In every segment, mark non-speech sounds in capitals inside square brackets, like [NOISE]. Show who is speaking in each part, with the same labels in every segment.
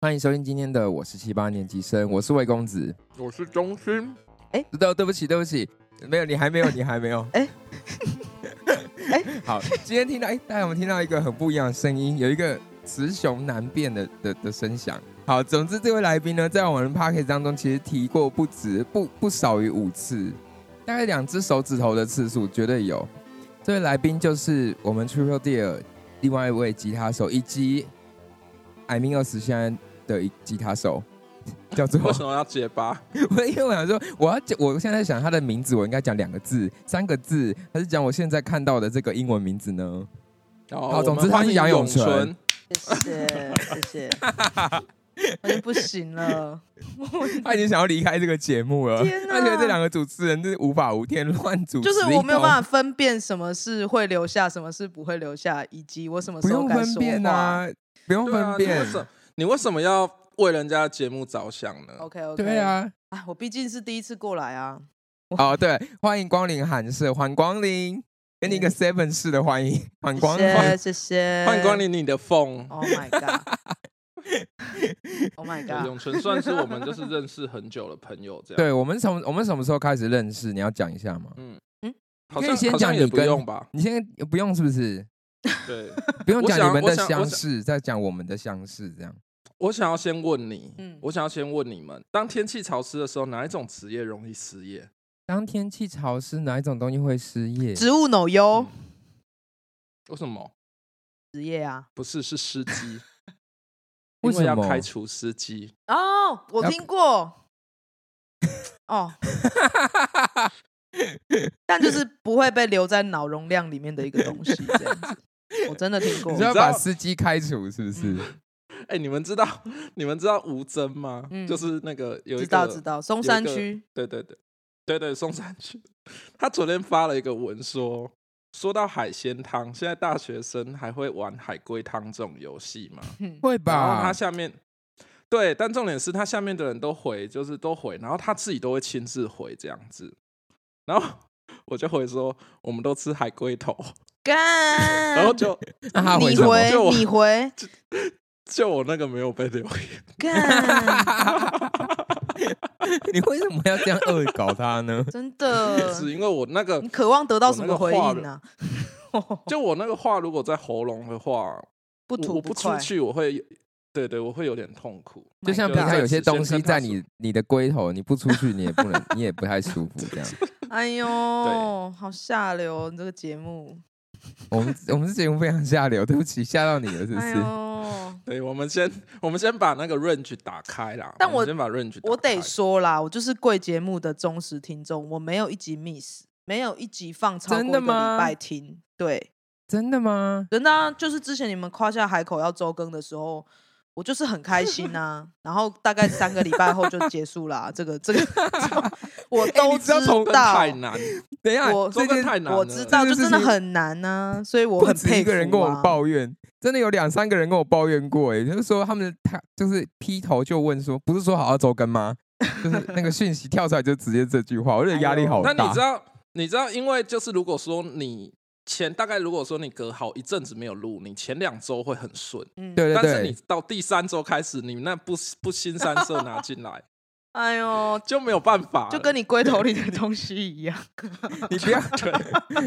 Speaker 1: 欢迎收听今天的我是七八年级生，我是魏公子。
Speaker 2: 我是钟勋，
Speaker 1: 对，对不起，对不起，没有，你还没有，你还没有。
Speaker 3: 哎哎
Speaker 1: 好，今天听到哎，大家有没有听到一个很不一样的声音？有一个雌雄难辨的的的声响。好，总之这位来宾呢，在我们 p a c k e t 当中其实提过不止不不少于五次，大概两只手指头的次数绝对有。这位来宾就是我们 Triple Deer 另外一位吉他手，以及艾明二十现在的一吉他手，叫做
Speaker 2: [LAUGHS] 为什么要结巴？
Speaker 1: [LAUGHS] 我因为我想说，我要讲，我现在在想他的名字，我应该讲两个字、三个字，还是讲我现在看到的这个英文名字呢？
Speaker 2: 好
Speaker 1: 总之他是杨永
Speaker 2: 永
Speaker 1: 纯
Speaker 2: 春，
Speaker 3: 谢谢
Speaker 1: [LAUGHS]
Speaker 3: 谢谢，我就不行了，
Speaker 1: 他已经想要离开这个节目了，
Speaker 3: 天哪
Speaker 1: 他觉得这两个主持人真是无法无天，乱主持，
Speaker 3: 就是我没有办法
Speaker 1: 法。
Speaker 3: 分辨什么是会留下，什么是不会留下，以及我什么
Speaker 1: 不
Speaker 3: 时候
Speaker 1: 用
Speaker 3: 该
Speaker 1: 分
Speaker 3: 说
Speaker 1: 辨
Speaker 3: 话。
Speaker 1: 啊，不用
Speaker 2: 对啊
Speaker 1: 分辨
Speaker 2: 你为，什你为什么要为人家的节目着想呢？
Speaker 3: OK OK，
Speaker 1: 对，啊，
Speaker 3: 哎，我毕竟是第一次过来啊，
Speaker 1: 哦对，欢迎光临韩式，欢迎光临，给你一个 seven 式的欢迎，欢迎光临。
Speaker 3: 谢谢谢谢，
Speaker 2: 欢迎光。临你的凤。
Speaker 3: Oh my
Speaker 1: [LAUGHS]
Speaker 3: god，Oh my
Speaker 2: 对
Speaker 3: god，
Speaker 2: 永纯算是我们就是认识很久的朋友，这样
Speaker 1: 对我们从我们什么时候开始认识？你要讲一下吗？
Speaker 2: 好
Speaker 1: 可以
Speaker 2: 像
Speaker 1: 先
Speaker 2: 好像
Speaker 1: 讲
Speaker 2: 也
Speaker 1: 你
Speaker 2: 不
Speaker 1: 跟
Speaker 2: 用吧？
Speaker 1: 你先不用是不是？
Speaker 2: 对，
Speaker 1: 不用
Speaker 2: 我
Speaker 1: 讲
Speaker 2: 想
Speaker 1: 你们的
Speaker 2: 我想
Speaker 1: 相
Speaker 2: 我想
Speaker 1: 似，再讲我们的相似，这样。
Speaker 2: [LAUGHS] 我想要先问你，
Speaker 3: 嗯
Speaker 2: 我想要先问你们，当天气潮湿的时候，哪一种职业容易失业？
Speaker 1: 当天气潮湿，哪一种东西会失业？
Speaker 3: 植物脑优
Speaker 2: 嗯为什么？
Speaker 3: 职业啊。
Speaker 2: 不是，是司机，
Speaker 1: 为
Speaker 2: 因
Speaker 1: 什
Speaker 2: [LAUGHS] 为要
Speaker 1: 么
Speaker 2: 开除司机。
Speaker 3: 哦，我
Speaker 1: 要
Speaker 3: 听过。
Speaker 2: [LAUGHS]
Speaker 3: 哦，但就是不会被留在脑容量里面的一个东西，这样子。我真的听过
Speaker 1: 你是。
Speaker 2: [LAUGHS] 你知
Speaker 1: 要
Speaker 2: 道
Speaker 1: 把司机开除，是不
Speaker 2: [LAUGHS]
Speaker 1: 是？
Speaker 2: 哎、你们知道 [LAUGHS] 你们知道吴征吗？
Speaker 3: 嗯
Speaker 2: 就是那个有一个
Speaker 3: 知道知道，松山区，
Speaker 2: 对对对对对松山区， [LAUGHS] 他昨天发了一个文说，说到海鲜汤，现在大学生还会玩海龟汤这种游戏吗？
Speaker 3: 嗯
Speaker 1: 会
Speaker 2: 然后
Speaker 1: 吧
Speaker 2: 他？下面对，但重点是他下面的人都回，就是都回，然后他自己都会亲自回这样子，然后 [LAUGHS] 我就回说，我们都吃海龟
Speaker 3: [LAUGHS]
Speaker 2: 头，
Speaker 3: 干，
Speaker 2: 然后就
Speaker 1: 那他回
Speaker 3: 你
Speaker 1: 什么？
Speaker 2: 就我
Speaker 3: 回
Speaker 2: [LAUGHS]
Speaker 3: 你回
Speaker 2: 就我那个没有被留言，
Speaker 3: 干，
Speaker 1: [LAUGHS] 你为什么要这样恶搞他呢？
Speaker 3: 真的，
Speaker 2: 只因为我那个
Speaker 3: 你渴望得到什么回
Speaker 2: 我那
Speaker 3: 应啊
Speaker 2: 个
Speaker 3: [LAUGHS] 呢？
Speaker 2: 就我那个话，如果在喉咙的话，
Speaker 3: 不
Speaker 2: 我
Speaker 3: 吐
Speaker 2: 我不出
Speaker 3: 快，
Speaker 2: 去，我会有，对对，我会有点痛苦。
Speaker 1: 就像
Speaker 3: My
Speaker 1: 平
Speaker 3: God
Speaker 1: 常有些东西在
Speaker 2: 先
Speaker 1: 你
Speaker 2: 跟
Speaker 1: 你的龟头，你不出去，你也不能，你也不太舒服。这样，
Speaker 3: 哎呦，好下流哦，你这个节目，
Speaker 1: 我们我们这节目非常下流，对不起，吓到你了，是不
Speaker 3: 哎
Speaker 1: 是？
Speaker 3: 呦。
Speaker 2: [LAUGHS] 对，我们先我们先把那个 range 打开啦。
Speaker 3: 但
Speaker 2: 我们
Speaker 3: 我
Speaker 2: 先把 range，
Speaker 3: 我
Speaker 2: 打
Speaker 3: 得
Speaker 2: 开
Speaker 3: 说啦，我就是贵节目的忠实听众，我没有一集 miss，没有一集放超过
Speaker 1: 真
Speaker 3: 一
Speaker 1: 的
Speaker 3: 个
Speaker 1: 吗
Speaker 3: 礼拜听。对，
Speaker 1: 真的吗？
Speaker 3: 人家就是之前你们夸下海口要周更的时候，我就是很开
Speaker 1: [LAUGHS]
Speaker 3: 心啊。然后大概三个礼拜后就结束啦，这个这个
Speaker 1: [LAUGHS]
Speaker 3: 我
Speaker 1: 哎你
Speaker 3: 都
Speaker 1: 知道从
Speaker 2: 跟
Speaker 3: 道。
Speaker 2: 太
Speaker 3: [LAUGHS]
Speaker 2: 难，
Speaker 1: 等一下，
Speaker 3: 我
Speaker 1: 这
Speaker 2: 周
Speaker 1: 件
Speaker 2: 更太难了。
Speaker 3: 我知道，
Speaker 1: 这
Speaker 3: 就
Speaker 1: 件事
Speaker 3: 真的
Speaker 1: 情
Speaker 3: 很难呢、所以我
Speaker 1: 不
Speaker 3: 很
Speaker 1: 止
Speaker 3: 佩服、啊、
Speaker 1: 一个人跟我抱怨，真的有两三个人跟我抱怨过，哎，就是说他们他就是劈头就问说，不是说好要周更吗？就是那个讯息跳出来就直接这句话，我觉得压
Speaker 3: 哎
Speaker 1: 力好大。
Speaker 2: 那你知道你知道，因为就是如果说你前大概如果说你隔好一阵子没有录，你前两周会很顺，
Speaker 3: 嗯，
Speaker 1: 对对
Speaker 2: 但是你
Speaker 1: 对，
Speaker 2: 到第三周开始，你那不不新三色拿进来
Speaker 3: 哎
Speaker 1: [LAUGHS]
Speaker 3: 呦，
Speaker 2: 就没有办法了，
Speaker 3: 就跟你龟头里的东西一样。
Speaker 1: 你 [LAUGHS] 不要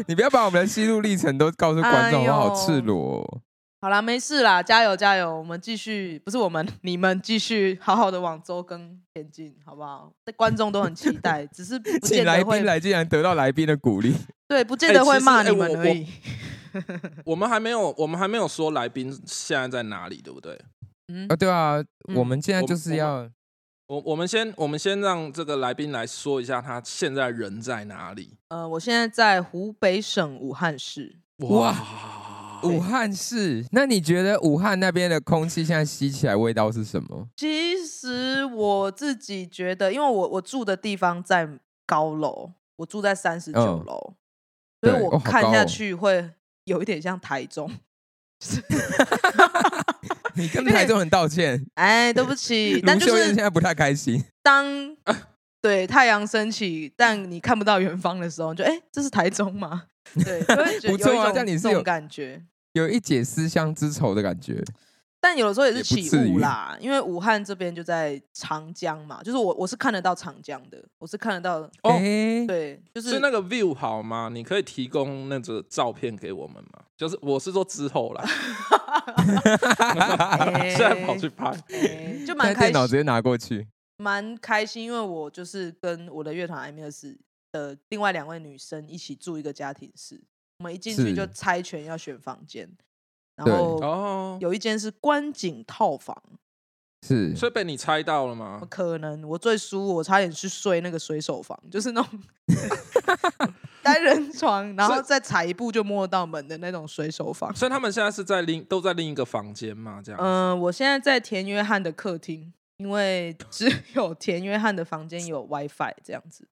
Speaker 1: 你不要把我们的心路历程都告诉观众，
Speaker 3: 哎呦
Speaker 1: 我好赤裸哦。
Speaker 3: 好啦，没事啦，加油加油！我们继续，不是我们，你们继续好好的往周更前进，好不好？这观众都
Speaker 1: [LAUGHS]
Speaker 3: 很期待，只是不
Speaker 1: 请
Speaker 3: 见
Speaker 1: 来
Speaker 3: 得
Speaker 1: 宾
Speaker 3: 会
Speaker 1: 来，竟然得到来宾的鼓 [LAUGHS] 励，
Speaker 3: 对，不见
Speaker 2: 哎
Speaker 3: 得
Speaker 2: 其
Speaker 3: 会
Speaker 2: 实
Speaker 3: 骂
Speaker 2: 哎
Speaker 3: 你们
Speaker 2: 我
Speaker 3: 而已。
Speaker 2: 我们还没有我们还没有说来宾现在在哪里，对不对？
Speaker 3: 嗯
Speaker 1: 啊，，对啊，
Speaker 3: 嗯
Speaker 1: 我们现在
Speaker 2: 我
Speaker 1: 就
Speaker 2: 们
Speaker 1: 是要
Speaker 2: 我我们先我们先让这个来宾来说一下他现在人在哪里。
Speaker 3: 呃，我现在在湖北省武汉市，
Speaker 2: 哇，
Speaker 1: 武汉市。那你觉得武汉那边的空气现在吸起来味道是什么？
Speaker 3: 其实我自己觉得，因为我我住的地方在高楼，我住在三十九
Speaker 1: 嗯
Speaker 3: 楼，所以
Speaker 1: 对
Speaker 3: 我
Speaker 1: 哦好
Speaker 3: 看
Speaker 1: 高
Speaker 3: 下
Speaker 1: 哦
Speaker 3: 去会有一点像台中。
Speaker 1: 你跟台中人道歉，
Speaker 3: 哎，对
Speaker 1: [LAUGHS]
Speaker 3: 不起，但
Speaker 1: 卢
Speaker 3: 就
Speaker 1: 秀燕
Speaker 3: 是
Speaker 1: 现在不太开心。 [LAUGHS]
Speaker 3: 当对太阳升起，但你看不到远方的时候，你就哎、这是台中吗？对，就会觉得
Speaker 1: [LAUGHS] 不错啊
Speaker 3: 有一种
Speaker 1: 但你是
Speaker 3: 这
Speaker 1: 有
Speaker 3: 种感觉。
Speaker 1: 有一解思乡之愁的感觉。
Speaker 3: 但有的时候也
Speaker 1: 也
Speaker 3: 是
Speaker 1: 不
Speaker 3: 起
Speaker 1: 至于
Speaker 3: 雾啦，因为武汉这边就在长江嘛，就是我我是看得到长江的，我是看得到，
Speaker 2: 哦
Speaker 1: 哎，
Speaker 3: 对，就是
Speaker 2: 是那个 view 好吗？你可以提供那个照片给我们吗？就是我是说之后
Speaker 3: [LAUGHS]
Speaker 2: 啦，
Speaker 3: 哎
Speaker 2: 现在跑去拍，
Speaker 3: 哎就蛮
Speaker 1: 在
Speaker 3: 开
Speaker 1: 电脑直
Speaker 3: 心，
Speaker 1: 接拿过去，
Speaker 3: 蛮开心，因为我就是跟我的乐团 M 二四的另外两位女生一起住一个家庭室，我们一进去
Speaker 1: 是
Speaker 3: 就猜拳要选房间，然
Speaker 1: 对
Speaker 3: 后
Speaker 2: 哦，
Speaker 3: 有一间是观景套房，
Speaker 1: 是
Speaker 2: 所以被你猜到了吗
Speaker 3: 怎么？可能？我最输，我差点去睡那个水手房，就是那
Speaker 2: [LAUGHS]
Speaker 3: 种单人床，然后
Speaker 2: 是
Speaker 3: 再踩一步就摸得到门的那种水
Speaker 2: [LAUGHS]
Speaker 3: 手房。
Speaker 2: 所以他们现在是在另都在另一个房间嘛？这样子，
Speaker 3: 哦嗯、我现在在田约翰的客厅，因为只 [LAUGHS] 有田约翰的房间有 WiFi 这样子。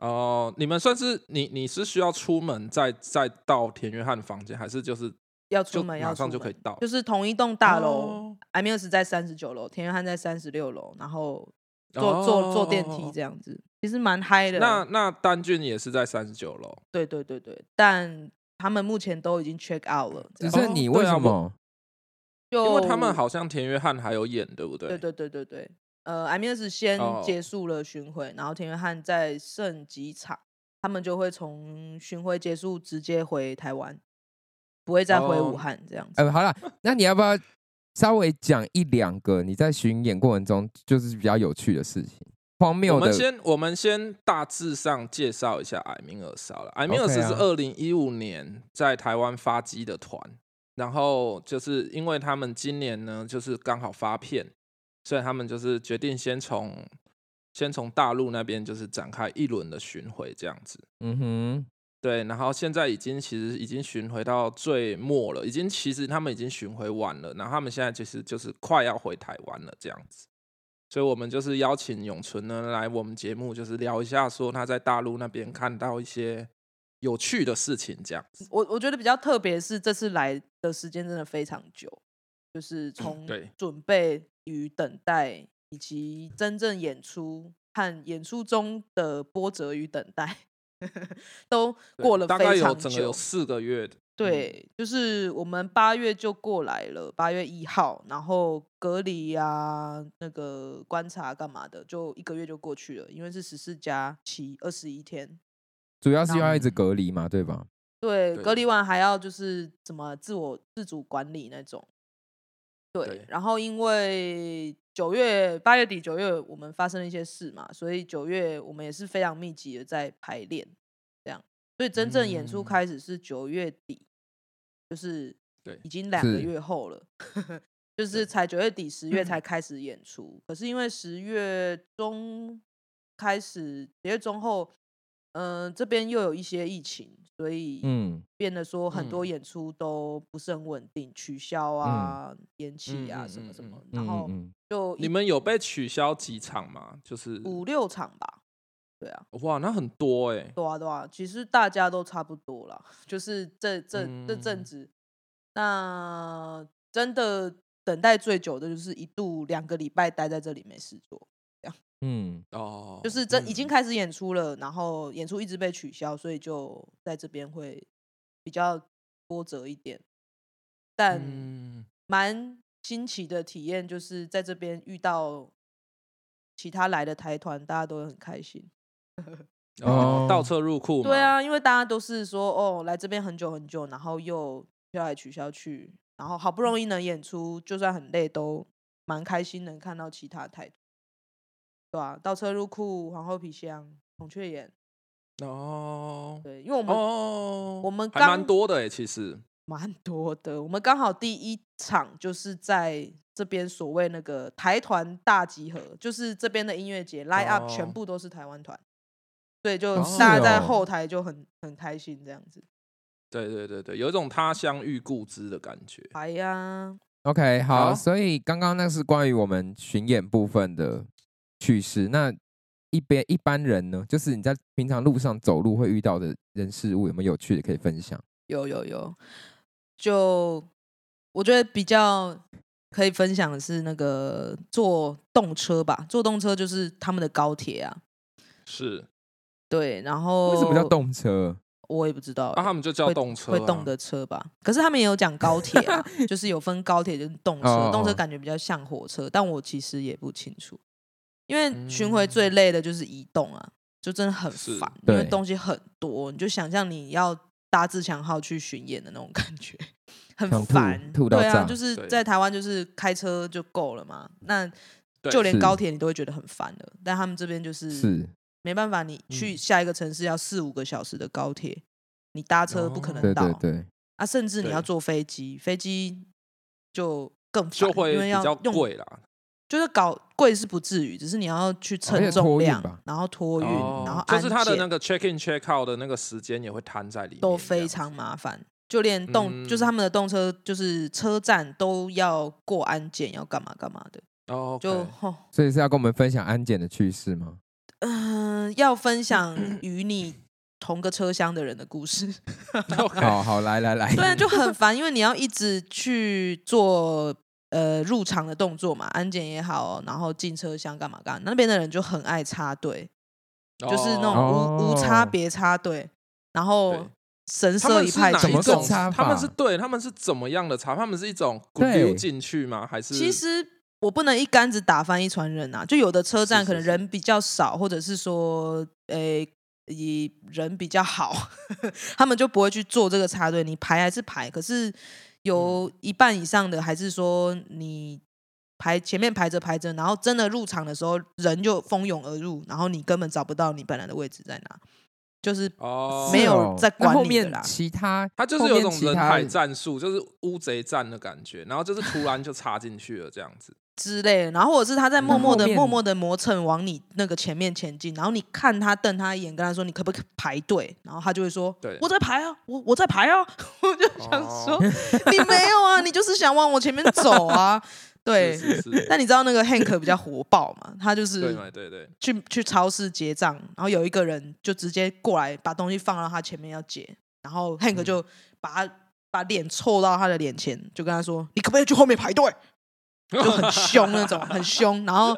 Speaker 2: 哦、你们算是你你是需要出门再再到田约翰房间，还是就是
Speaker 3: 要出
Speaker 2: 就
Speaker 3: 门要
Speaker 2: 马上
Speaker 3: 出
Speaker 2: 就可以
Speaker 3: 门
Speaker 2: 到？
Speaker 3: 就是同一栋大楼
Speaker 2: 哦
Speaker 3: 艾米 m 斯在三十九楼，田约翰在三十六楼，然后坐坐坐电梯
Speaker 2: 哦
Speaker 3: 这样子，其实蛮嗨的。
Speaker 2: 那那丹俊也是在三十九楼，
Speaker 3: 对对对对，但他们目前都已经 check out 了，这
Speaker 1: 只
Speaker 3: 样
Speaker 1: 剩你
Speaker 2: 哦
Speaker 1: 为
Speaker 2: 对啊
Speaker 1: 什
Speaker 2: 我
Speaker 1: 么？
Speaker 3: 就
Speaker 2: 因为他们好像田约翰还有演，对不对？
Speaker 3: 哦对对对对对，呃，M S 先
Speaker 2: 哦
Speaker 3: 结束了巡回，然后田约翰在剩几场，他们就会从巡回结束直接回台湾，不会再回
Speaker 2: 哦
Speaker 3: 武汉这样子。
Speaker 1: 呃，好了，那你要不要稍微讲一两个你在巡演过程中就是比较有趣的事情？荒
Speaker 2: 我
Speaker 1: 谬
Speaker 2: 们
Speaker 1: 的，
Speaker 2: 先我们先大致上介绍一下矮明尔莎了。矮明尔
Speaker 1: OK
Speaker 2: 莎
Speaker 1: 啊
Speaker 2: 是二零一五年在台湾发迹的团，然后就是因为他们今年呢，就是刚好发片，所以他们就是决定先从先从大陆那边就是展开一轮的巡回这样子。
Speaker 1: 嗯哼，
Speaker 2: 对，然后现在已经其实已经巡回到最末了，已经其实他们已经巡回完了，然后他们现在其实就是快要回台湾了这样子，所以我们就是邀请永存呢来我们节目，就是聊一下说他在大陆那边看到一些有趣的事情这样子。
Speaker 3: 我我觉得比较特别是这次来的时间真的非常久，就是从
Speaker 2: 嗯对
Speaker 3: 准备与等待，以及真正演出和演出中的波折与等待， [LAUGHS] 都
Speaker 2: 对
Speaker 3: 过了
Speaker 2: 大概
Speaker 3: 非
Speaker 2: 有
Speaker 3: 常
Speaker 2: 整个有
Speaker 3: 久。
Speaker 2: 四个月的，嗯
Speaker 3: 对，就是我们八月就过来了，八月一号，然后隔离啊，那个观察干嘛的，就一个月就过去了，因为是十四加七，二十一天。
Speaker 1: 主要是
Speaker 3: 那我
Speaker 1: 要一
Speaker 3: 们
Speaker 1: 直隔离嘛，对吧？
Speaker 3: 对，
Speaker 2: 对
Speaker 3: 隔离完还要就是怎么自我自主管理那种。对，
Speaker 2: 对
Speaker 3: 然后因为九月八月底九月我们发生了一些事嘛，所以九月我们也是非常密集的在排练，这样，所以真正演出
Speaker 2: 嗯
Speaker 3: 开始是九月底，就是
Speaker 2: 对
Speaker 3: 已经两个
Speaker 1: 是
Speaker 3: 月后了，就是
Speaker 2: 对嗯
Speaker 3: 才九月底十月才开始演出，可是因为十月中开始，十月中后，嗯、这边又有一些疫情，所以
Speaker 1: 嗯，
Speaker 3: 变得说很多
Speaker 2: 嗯
Speaker 3: 演出都不是很稳定，取消啊、延期啊
Speaker 2: 嗯
Speaker 3: 什么
Speaker 2: 嗯
Speaker 3: 什
Speaker 2: 嗯
Speaker 3: 么，
Speaker 1: 嗯
Speaker 3: 然后
Speaker 1: 嗯
Speaker 3: 就
Speaker 2: 你
Speaker 3: 一
Speaker 2: 们有被取消几场吗？就是
Speaker 3: 五六场吧，对啊，
Speaker 2: 哇，那很多哎、
Speaker 3: 对啊，对啊，其实大家都差不多啦， [LAUGHS] 就是这这这阵
Speaker 2: 嗯
Speaker 3: 子，那真的等待最久的就是一度两个礼拜待在这里没事做，
Speaker 1: 嗯
Speaker 2: 哦，
Speaker 3: 就是这已经
Speaker 2: 嗯
Speaker 3: 开始演出了，然后演出一直被取消，所以就在这边会比较波折一点，但。
Speaker 2: 嗯
Speaker 3: 蛮新奇的体验，就是在这边遇到其他来的台团，大家都会很开心。
Speaker 1: 哦
Speaker 2: 哦倒车入库嘛，
Speaker 3: 对啊，因为大家都是说哦，来这边很久很久，然后又取消来取消去，然后好不容易能演出，就算很累，都蛮开心能看到其他台团，对啊，倒车入库、皇后皮箱、孔雀眼，啊
Speaker 2: 哦，
Speaker 3: 对，因为我们
Speaker 2: 哦，
Speaker 3: 我们
Speaker 2: 还
Speaker 3: 刚
Speaker 2: 蛮多的哎，其实
Speaker 3: 蛮多的。我们刚好第一场就是在这边所谓那个台团大集合，就是这边的音乐节 line up 全
Speaker 2: 哦
Speaker 3: 部都是台湾团，所以就
Speaker 1: 哦
Speaker 3: 大家
Speaker 1: 是
Speaker 3: 在
Speaker 1: 哦
Speaker 3: 后台就很很开心这样子。
Speaker 2: 对对对对，有一种他乡遇故知的感觉。
Speaker 3: 哎呀，
Speaker 1: ，OK，好，
Speaker 2: 好
Speaker 1: 所以刚刚那是关于我们巡演部分的趣事。那一边一般人呢，就是你在平常路上走路会遇到的人事物，有没有有趣的可以分享？
Speaker 3: 有有有，就我觉得比较可以分享的是那个坐动车吧，坐动车就是他们的高铁啊。
Speaker 2: 是
Speaker 3: 对，然后
Speaker 1: 为什么叫动车？
Speaker 3: 我也不知道
Speaker 2: 那、
Speaker 3: 欸
Speaker 2: 他们就叫
Speaker 3: 会
Speaker 2: 动车、啊，
Speaker 3: 会动的车吧？可是他们也有讲高铁
Speaker 2: [LAUGHS]
Speaker 3: 啊，就是有分高铁跟动车，
Speaker 1: 哦
Speaker 3: 动
Speaker 1: 哦
Speaker 3: 车感觉比较像火车，但我其实也不清楚，因为巡回最累的就是移动啊，就真的很
Speaker 2: 嗯是
Speaker 3: 烦，因为
Speaker 1: 对
Speaker 3: 东西很多，你就想象你要搭自强号去巡演的那种感觉，很
Speaker 1: 想吐
Speaker 3: 烦。
Speaker 1: 吐到
Speaker 3: 对啊，
Speaker 1: 炸
Speaker 3: 就是
Speaker 2: 对
Speaker 3: 在台湾就是开车就够了嘛，那
Speaker 2: 对
Speaker 3: 就连
Speaker 1: 是
Speaker 3: 高铁你都会觉得很烦了，但他们这边就是
Speaker 1: 是，
Speaker 3: 没办法，你去
Speaker 2: 嗯
Speaker 3: 下一个城市要四五个小时的高铁，你搭车不可
Speaker 2: 哦
Speaker 1: 嗯
Speaker 3: 能
Speaker 1: 对
Speaker 3: 到
Speaker 1: 对对，
Speaker 3: 啊，甚至你要
Speaker 2: 对
Speaker 3: 坐飞机，飞机就更烦
Speaker 2: 就会
Speaker 3: 因为
Speaker 2: 比
Speaker 3: 要
Speaker 2: 较
Speaker 3: 用，
Speaker 2: 贵啦。
Speaker 3: 就是搞贵是不至于，只是你要
Speaker 2: 哦
Speaker 3: 去
Speaker 1: 而
Speaker 3: 称
Speaker 1: 且托
Speaker 3: 重
Speaker 1: 运
Speaker 3: 量
Speaker 1: 吧，
Speaker 3: 然后托运，然后
Speaker 2: 就是它的那
Speaker 3: 个
Speaker 2: 个 check in check out 的那个时间也会摊在里面，
Speaker 3: 都非常麻烦。就连动、就是
Speaker 2: 嗯
Speaker 3: 他们的动车，就是车站都要过安检，要干嘛干嘛的，
Speaker 2: 这样哦，OK，
Speaker 3: 就吼
Speaker 1: 所以是要跟我们分享安检的趣事吗？
Speaker 3: 嗯、要分享与你同个车厢的人的故事。
Speaker 2: OK，
Speaker 1: 好好，来来来，
Speaker 3: [LAUGHS] 对啊，就很烦，因为你要一直去做呃入场的动作嘛，安检也好，然后进车厢干嘛干嘛。那边的人就很爱插队，就是那种无、
Speaker 2: 哦
Speaker 3: 无差
Speaker 1: 哦
Speaker 3: 别插队，然后
Speaker 2: 对
Speaker 3: 神
Speaker 2: 他
Speaker 3: 色
Speaker 2: 们
Speaker 3: 一
Speaker 2: 是
Speaker 3: 派
Speaker 2: 哪
Speaker 1: 怎
Speaker 3: 群
Speaker 1: 么
Speaker 2: 一
Speaker 1: 个
Speaker 2: 种
Speaker 3: 众。
Speaker 1: 插
Speaker 2: 他们是
Speaker 1: 法
Speaker 2: 对，他们是怎么样的插？他们是一种
Speaker 1: 对
Speaker 2: 溜进去吗？还是
Speaker 3: 其实我不能一竿子打翻一船人啊，就有的车站
Speaker 2: 是
Speaker 3: 可能
Speaker 2: 是
Speaker 3: 人比较少，或者是说诶。以人比较好， [LAUGHS] 他们就不会去做这个插队。你排还是排，可是
Speaker 2: 嗯
Speaker 3: 有一半以上的还是说你排前面排着排着，然后真的入场的时候人就蜂拥而入，然后你根本找不到你本来的位置在哪，就是
Speaker 2: 哦，
Speaker 3: 没有
Speaker 1: 是哦
Speaker 3: 在
Speaker 1: 那
Speaker 3: 管
Speaker 1: 后
Speaker 3: 理的
Speaker 1: 面
Speaker 3: 啦
Speaker 1: 其他，
Speaker 2: 他就
Speaker 1: 后
Speaker 2: 是有
Speaker 1: 面
Speaker 2: 种
Speaker 1: 其
Speaker 2: 人
Speaker 1: 他
Speaker 2: 海战术，就是乌贼战的感觉，然后就是突然就插进去了这样子。
Speaker 3: 之类的，然后或者是他在默
Speaker 1: 嗯
Speaker 3: 默
Speaker 1: 那后
Speaker 3: 的、
Speaker 1: 面
Speaker 3: 默默的磨蹭往你那个前面前进，然后你看他瞪他一眼，跟他说你可不可以排队，然后他就会说
Speaker 2: 对
Speaker 3: 我在排啊，我我在排啊， [LAUGHS] 我就想说、
Speaker 2: 哦
Speaker 3: 你没有啊，你就是想往我前面走
Speaker 2: [LAUGHS]
Speaker 3: 啊，对。
Speaker 2: 是是是，
Speaker 3: [LAUGHS] 但你知道那个 Hank 比较火爆嘛？他就
Speaker 2: 对
Speaker 3: 是
Speaker 2: 嘛对对，
Speaker 3: 去去超市结账，然后有一个人就直接过来把东西放到他前面要结，然后
Speaker 2: 嗯
Speaker 3: Hank 就把他、把脸凑到他的脸前，就跟他说：“你可不可以去后面排队？”就很凶那种，很凶。然后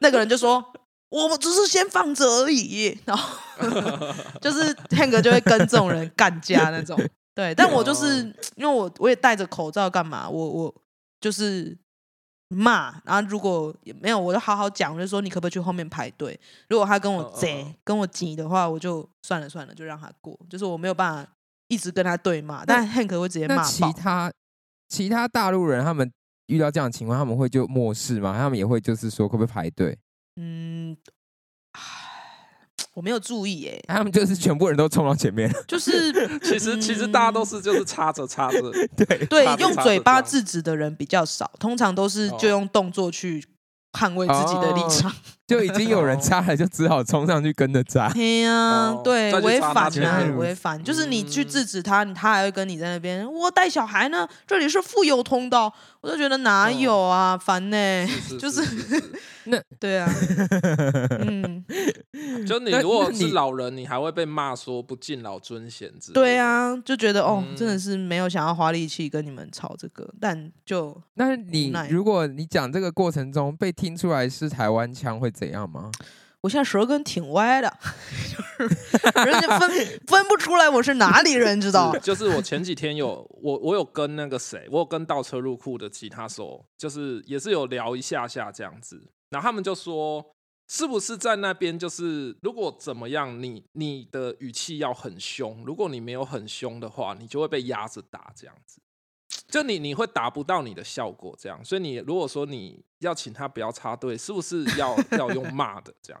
Speaker 3: 那个人就说：“我们只是先放着而已。”
Speaker 2: [LAUGHS]
Speaker 3: 然后就是 Hank 就会跟这种人干架
Speaker 2: [LAUGHS]
Speaker 3: 那种。对，但
Speaker 2: 哦
Speaker 3: 我就是因为我我也戴着口罩干嘛？我我就是骂，然后如果也没有，我就好好讲，我就说你可不可以去后面排队？如果他跟我
Speaker 2: 嗯嗯
Speaker 3: 贼、
Speaker 2: 嗯
Speaker 3: 跟我急的话，我就算了算了，就让他过。就是我没有办法一直跟他对骂，但 Hank 会直接
Speaker 1: 那
Speaker 3: 骂
Speaker 1: 其
Speaker 3: 爆。
Speaker 1: 他其他大陆人他们遇到这样的情况，他们会就漠视吗？他们也会就是说可不可以排队？
Speaker 3: 嗯，唉我没有注
Speaker 1: [LAUGHS]
Speaker 3: 意耶、
Speaker 1: 他们就是全部人都冲到前面，
Speaker 3: [LAUGHS] 就是
Speaker 2: [LAUGHS] 其实其实大家都
Speaker 3: 嗯
Speaker 2: 是就是插着插
Speaker 3: [LAUGHS]
Speaker 2: 着，
Speaker 1: 对，
Speaker 3: 对
Speaker 2: 插着
Speaker 3: 用
Speaker 2: 插着
Speaker 3: 嘴
Speaker 2: 这
Speaker 3: 巴
Speaker 2: 样
Speaker 3: 制止的人比较少，通常都是
Speaker 2: 哦
Speaker 3: 就用动作去捍卫自己的
Speaker 1: 哦
Speaker 3: 立
Speaker 1: [LAUGHS]
Speaker 3: 场。
Speaker 1: 就已经有人扎了，就只好冲上去跟着
Speaker 3: [LAUGHS]
Speaker 1: 扎。
Speaker 3: 嘿呀
Speaker 2: 哦，
Speaker 3: 对，
Speaker 2: 再去
Speaker 3: 违
Speaker 2: 抓
Speaker 3: 反
Speaker 2: 他去
Speaker 3: 啊
Speaker 1: 原来，如
Speaker 3: 违反，就是你去
Speaker 2: 嗯
Speaker 3: 制止他，他还会跟你在那边，我带小孩呢，这里是妇幼通道，我就觉得
Speaker 2: 哦
Speaker 3: 哪有啊，烦呢、
Speaker 2: 是
Speaker 3: 就是是
Speaker 2: 是
Speaker 3: [LAUGHS]
Speaker 2: 是
Speaker 3: 对啊，嗯，
Speaker 2: 就你
Speaker 1: 那
Speaker 2: 如果
Speaker 1: 那
Speaker 2: 是
Speaker 1: 你
Speaker 2: 老人，你还会被骂说不敬老尊贤之类的。
Speaker 3: 对啊，就觉得哦，真的
Speaker 2: 嗯
Speaker 3: 是没有想要花力气跟你们吵这个，但就
Speaker 1: 那你
Speaker 3: 无奈
Speaker 1: 如果你讲这个过程中被听出来是台湾腔会怎样吗？
Speaker 3: 我现在舌根挺歪的， [LAUGHS] 就是人家
Speaker 2: [LAUGHS]
Speaker 3: 分分不出来我是哪里人，知道
Speaker 2: 是？就是我前几天有我我有跟那个谁，我有跟倒车入库的吉他手，就是也是有聊一下下这样子，然后他们就说，是不是在那边就是如果怎么样，你你的语气要很凶，如果你没有很凶的话，你就会被压着打这样子。就你你会达不到你的效果，这样，所以你如果说你要请他不要插队，是不是要要用骂的这样？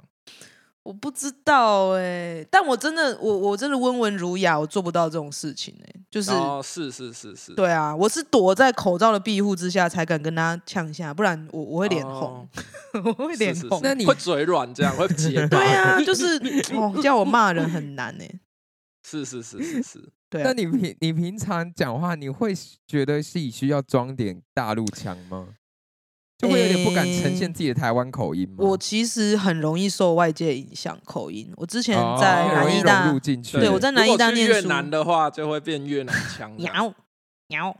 Speaker 3: 我不知道哎、但我真的，我我真的温文儒雅，我做不到这种事情哎、 [LAUGHS] 就是、
Speaker 2: 哦，是是是是，
Speaker 3: 对啊，我是躲在口罩的庇护之下才敢跟他呛一下，不然我我会脸红
Speaker 2: 哦，
Speaker 3: [LAUGHS] 我会
Speaker 2: 是，
Speaker 3: 脸
Speaker 2: 是是
Speaker 3: 红。
Speaker 1: 那你
Speaker 2: 会嘴软这样，会结巴
Speaker 3: 对，啊，就是
Speaker 2: [LAUGHS]
Speaker 3: 哦，叫我骂人很难哎、
Speaker 2: 是是是是是，
Speaker 3: 对
Speaker 1: [LAUGHS] 那
Speaker 3: 啊，
Speaker 1: 你平你平常讲话，你会觉得自己需要装点大陆腔吗？就会有点不敢呈现自己的台湾口音吗？
Speaker 3: 我其实很容易受外界影响口音。我之前
Speaker 1: 哦
Speaker 3: 在
Speaker 1: 很
Speaker 3: 南
Speaker 1: 容易
Speaker 3: 医
Speaker 1: 融
Speaker 3: 大，
Speaker 1: 入进去。
Speaker 3: [LAUGHS] 对我在南
Speaker 2: 如
Speaker 3: 医
Speaker 2: 果
Speaker 3: 大
Speaker 2: 去
Speaker 3: 念
Speaker 2: 越
Speaker 3: 书
Speaker 2: 南的话，就会变越南
Speaker 3: [LAUGHS]
Speaker 2: 腔这样。
Speaker 3: 喵喵，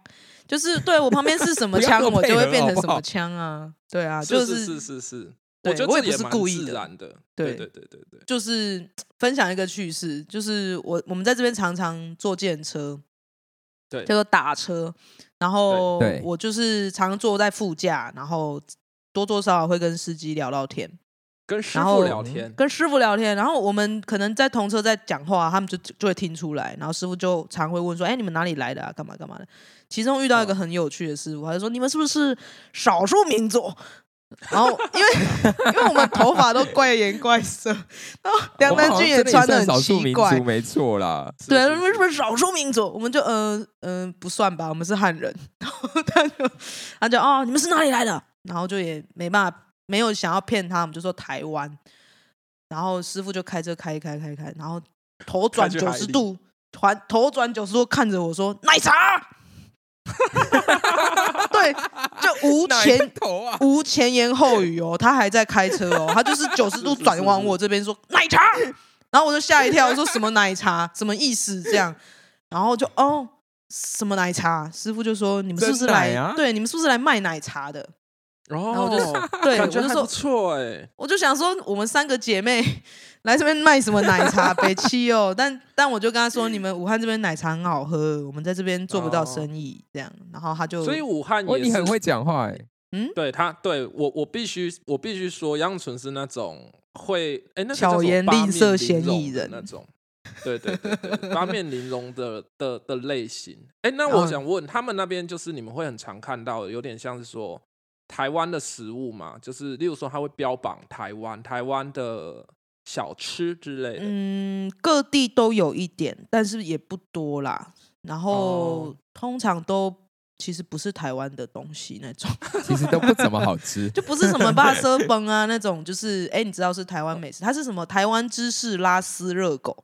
Speaker 3: 就是对我旁边是什
Speaker 1: [LAUGHS]
Speaker 3: 么
Speaker 1: 不要
Speaker 3: 腔，
Speaker 1: 做
Speaker 3: 我
Speaker 1: 配
Speaker 3: 就会
Speaker 1: 合
Speaker 3: 变
Speaker 1: 好
Speaker 3: 成
Speaker 1: 不
Speaker 3: 什么
Speaker 1: 好
Speaker 3: 腔啊？对啊，
Speaker 2: 是
Speaker 3: 就是
Speaker 2: 是是是，我
Speaker 3: 对
Speaker 2: 觉得
Speaker 3: 我
Speaker 2: 这
Speaker 3: 也
Speaker 2: 里
Speaker 3: 不是
Speaker 2: 蛮
Speaker 3: 故意
Speaker 2: 自
Speaker 3: 的，
Speaker 2: 然的，
Speaker 3: 对
Speaker 2: 对对对对，
Speaker 3: 就是分享一个趣事，就是我我们在这边常常坐电车，
Speaker 2: 对
Speaker 3: 叫做打车，然后
Speaker 1: 对
Speaker 3: 我就是常常坐在副驾，然后多多少少会跟司机聊聊天，
Speaker 2: 跟师
Speaker 3: 然
Speaker 2: 傅
Speaker 3: 后
Speaker 2: 聊天，
Speaker 3: 跟师傅聊天，然后我们可能在同车在讲话，他们就就会听出来，然后师傅就常会问说：“哎，你们哪里来的啊？干嘛干嘛的？”其中遇到一
Speaker 1: 嗯
Speaker 3: 个很有趣的师傅，他就说：“你们是不是少数民族？”然后
Speaker 1: [LAUGHS]
Speaker 3: 因为因为我们头发都怪颜怪色，然后梁
Speaker 1: 我们
Speaker 3: 丹
Speaker 1: 好像
Speaker 3: 君也
Speaker 1: 真的
Speaker 3: 穿的
Speaker 1: 算
Speaker 3: 很
Speaker 1: 少数
Speaker 3: 奇
Speaker 1: 民
Speaker 3: 怪
Speaker 1: 族，没错
Speaker 3: [LAUGHS]
Speaker 1: 啦。
Speaker 2: 是
Speaker 3: 对，
Speaker 2: 是
Speaker 3: 你们是不是少数民族？我们就呃嗯、呃、不算吧，我们是汉人。然后他就 [LAUGHS] 他就哦，你们是哪里来的？然后就也没办法，没有想要骗他，我们就说台湾。然后师傅就开车开开开开，然后头转
Speaker 2: 去海
Speaker 3: 九
Speaker 2: 里
Speaker 3: 十度，环头转九十度看着我说奶茶。 [LAUGHS] 对，就无
Speaker 1: 哪一
Speaker 3: 前
Speaker 1: 个头
Speaker 3: [LAUGHS]
Speaker 1: 啊！
Speaker 3: 无前言后语哦，他还在开车哦，他就是九十度
Speaker 2: 是是
Speaker 3: 转往
Speaker 2: 是
Speaker 3: 我这边说奶茶，然后我就吓一跳，我说什么奶茶，什么意思这样，然后就哦什么奶茶，师傅就说你们是不是
Speaker 1: 真奶
Speaker 3: 来、
Speaker 1: 啊
Speaker 3: 对你们是不是来卖奶茶
Speaker 2: [LAUGHS]
Speaker 3: 的？
Speaker 2: 然
Speaker 3: 然后我就、
Speaker 2: 后
Speaker 3: 对
Speaker 2: 哦
Speaker 3: 我
Speaker 2: 感觉
Speaker 3: 就
Speaker 2: 还
Speaker 3: 说
Speaker 2: 不错哎，
Speaker 3: 我就想说，我们三个姐妹来这边卖什么奶茶？北七哦，但但我就跟她说，你们武汉这边奶茶很好喝，我们在这边做不到
Speaker 2: 哦
Speaker 3: 生意，这样。然后她就，
Speaker 2: 所以武汉
Speaker 1: 哦，
Speaker 2: 也
Speaker 1: 你
Speaker 2: 是
Speaker 1: 很会讲话
Speaker 3: [LAUGHS]
Speaker 1: 哎，
Speaker 2: 对他，对我我必须我必须说，杨纯是那种会哎、那个
Speaker 3: 巧
Speaker 2: 叫什么
Speaker 3: 言
Speaker 2: 八
Speaker 3: 令
Speaker 2: 面
Speaker 3: 色嫌
Speaker 2: 容
Speaker 3: 疑
Speaker 2: 的
Speaker 3: 人
Speaker 2: 那种，对对对对，
Speaker 3: [LAUGHS]
Speaker 2: 八面玲珑的的的类型。哎、那我
Speaker 3: 嗯
Speaker 2: 想问，他们那边就是你们会很常看到的，有点像是说台湾的食物嘛，就是例如说他会标榜台湾台湾的小吃之类的，
Speaker 3: 嗯，各地都有一点，但是也不多啦。然后、
Speaker 2: 哦
Speaker 3: 通常都其实不是台湾的东西那种，。
Speaker 1: 其实都不怎么好吃
Speaker 3: 就不是什么
Speaker 2: [LAUGHS]
Speaker 3: 巴色崩啊那种，就是哎，你知道是台湾美食，它是什么台湾芝士拉丝热狗。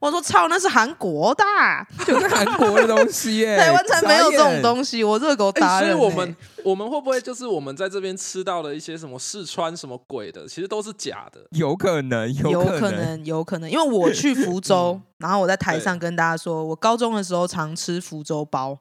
Speaker 3: 我说操，那是韩国的啊、
Speaker 1: 就是韩国的东
Speaker 3: [LAUGHS]
Speaker 1: 西耶，
Speaker 3: 台湾才没有这种
Speaker 1: 西。
Speaker 3: 东西，我热狗
Speaker 2: 哎，
Speaker 3: 达
Speaker 2: 所
Speaker 3: 人、
Speaker 2: 以
Speaker 3: 欸。
Speaker 2: 我们我们会不会就是我们在这边吃到的一些什么四川什么鬼的，其实都是假的？
Speaker 1: 有可能，
Speaker 3: 有
Speaker 1: 可
Speaker 3: 可能，有可能，因为我去福州，然后我在台
Speaker 2: 对
Speaker 3: 上跟大家说，我高中的时候常吃福州包，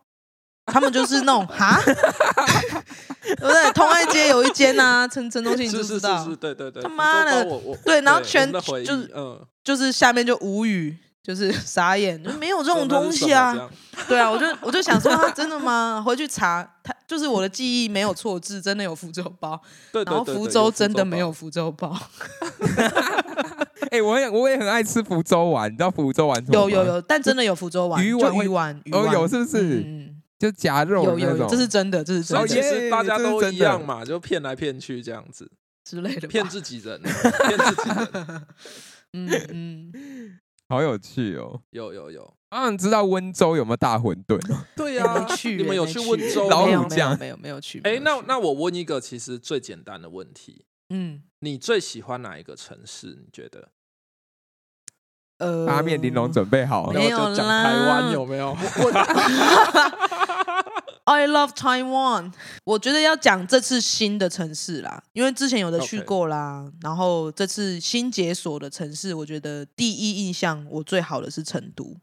Speaker 3: 他们就是那种哈， [LAUGHS] 对不对？通爱街有一间啊，陈陈东信你
Speaker 2: 是
Speaker 3: 就是知
Speaker 2: 是
Speaker 3: 道，
Speaker 2: 是，对对对，
Speaker 3: 他
Speaker 2: 福
Speaker 3: 妈
Speaker 2: 州包
Speaker 3: 的
Speaker 2: 我我
Speaker 3: 对然后全
Speaker 2: 我们的回忆
Speaker 3: 就是
Speaker 2: 嗯，
Speaker 3: 就是下面就无语，就是 [LAUGHS] 傻眼，就没有这
Speaker 2: 这
Speaker 3: 种东西啊。对啊，我就我就想说，啊真的吗？回去查，他就是我的记忆没有错字，真的有福州包，
Speaker 2: 对对
Speaker 3: 然后
Speaker 2: 对
Speaker 3: 福
Speaker 2: 对
Speaker 3: 州
Speaker 2: 有
Speaker 3: 真的
Speaker 2: 包
Speaker 3: 没有福州包，
Speaker 1: 哎、我也我也很爱吃福州丸，你知道福州丸是什么
Speaker 3: 有
Speaker 1: 吗
Speaker 3: 有，有，但真的有福州丸，
Speaker 1: 鱼
Speaker 3: 就
Speaker 1: 丸会
Speaker 3: 鱼丸，鱼
Speaker 1: 哦
Speaker 3: 丸
Speaker 1: 有是不是
Speaker 3: 嗯嗯嗯
Speaker 1: 就夹肉的
Speaker 3: 有
Speaker 1: 那种
Speaker 3: 有有，这是真的，这是真
Speaker 2: 所以
Speaker 1: 哦
Speaker 2: 其
Speaker 3: 的
Speaker 1: 耶
Speaker 2: 实大家
Speaker 1: 这是
Speaker 2: 都
Speaker 1: 真
Speaker 2: 一
Speaker 1: 的
Speaker 2: 样嘛，就骗来骗去这样子，
Speaker 3: 之类的吧。
Speaker 2: 骗自己人，
Speaker 3: [LAUGHS]
Speaker 2: 骗自己人。
Speaker 3: 嗯嗯，
Speaker 1: 好有趣哦。
Speaker 2: 有有有，
Speaker 1: 啊，你知道温州有没有大馄饨哦？
Speaker 2: 对
Speaker 3: 哎
Speaker 2: 呀
Speaker 3: 没，去耶，
Speaker 2: 你们有
Speaker 3: 没
Speaker 2: 去
Speaker 3: 去
Speaker 2: 温州
Speaker 1: 老
Speaker 3: 没有
Speaker 1: 虎
Speaker 3: 没有
Speaker 1: 酱
Speaker 3: 没有没有去。没
Speaker 2: 哎，
Speaker 3: 有
Speaker 2: 那
Speaker 3: 去
Speaker 2: 那我问一个其实最简单的问题，
Speaker 3: 嗯
Speaker 2: 你最喜欢哪一个城市？你觉得？
Speaker 3: 呃，
Speaker 1: 八面玲珑准备好
Speaker 2: 然
Speaker 1: 了，
Speaker 3: 没
Speaker 2: 后
Speaker 3: 有
Speaker 2: 就讲台湾
Speaker 3: 啦
Speaker 2: 有没有？
Speaker 3: I love Taiwan。我 [LAUGHS] 觉得要讲这次新的城市啦，因为之前有的去
Speaker 2: OK
Speaker 3: 过啦然后这次新解锁的城市，我觉得第一印象我最好的是成都。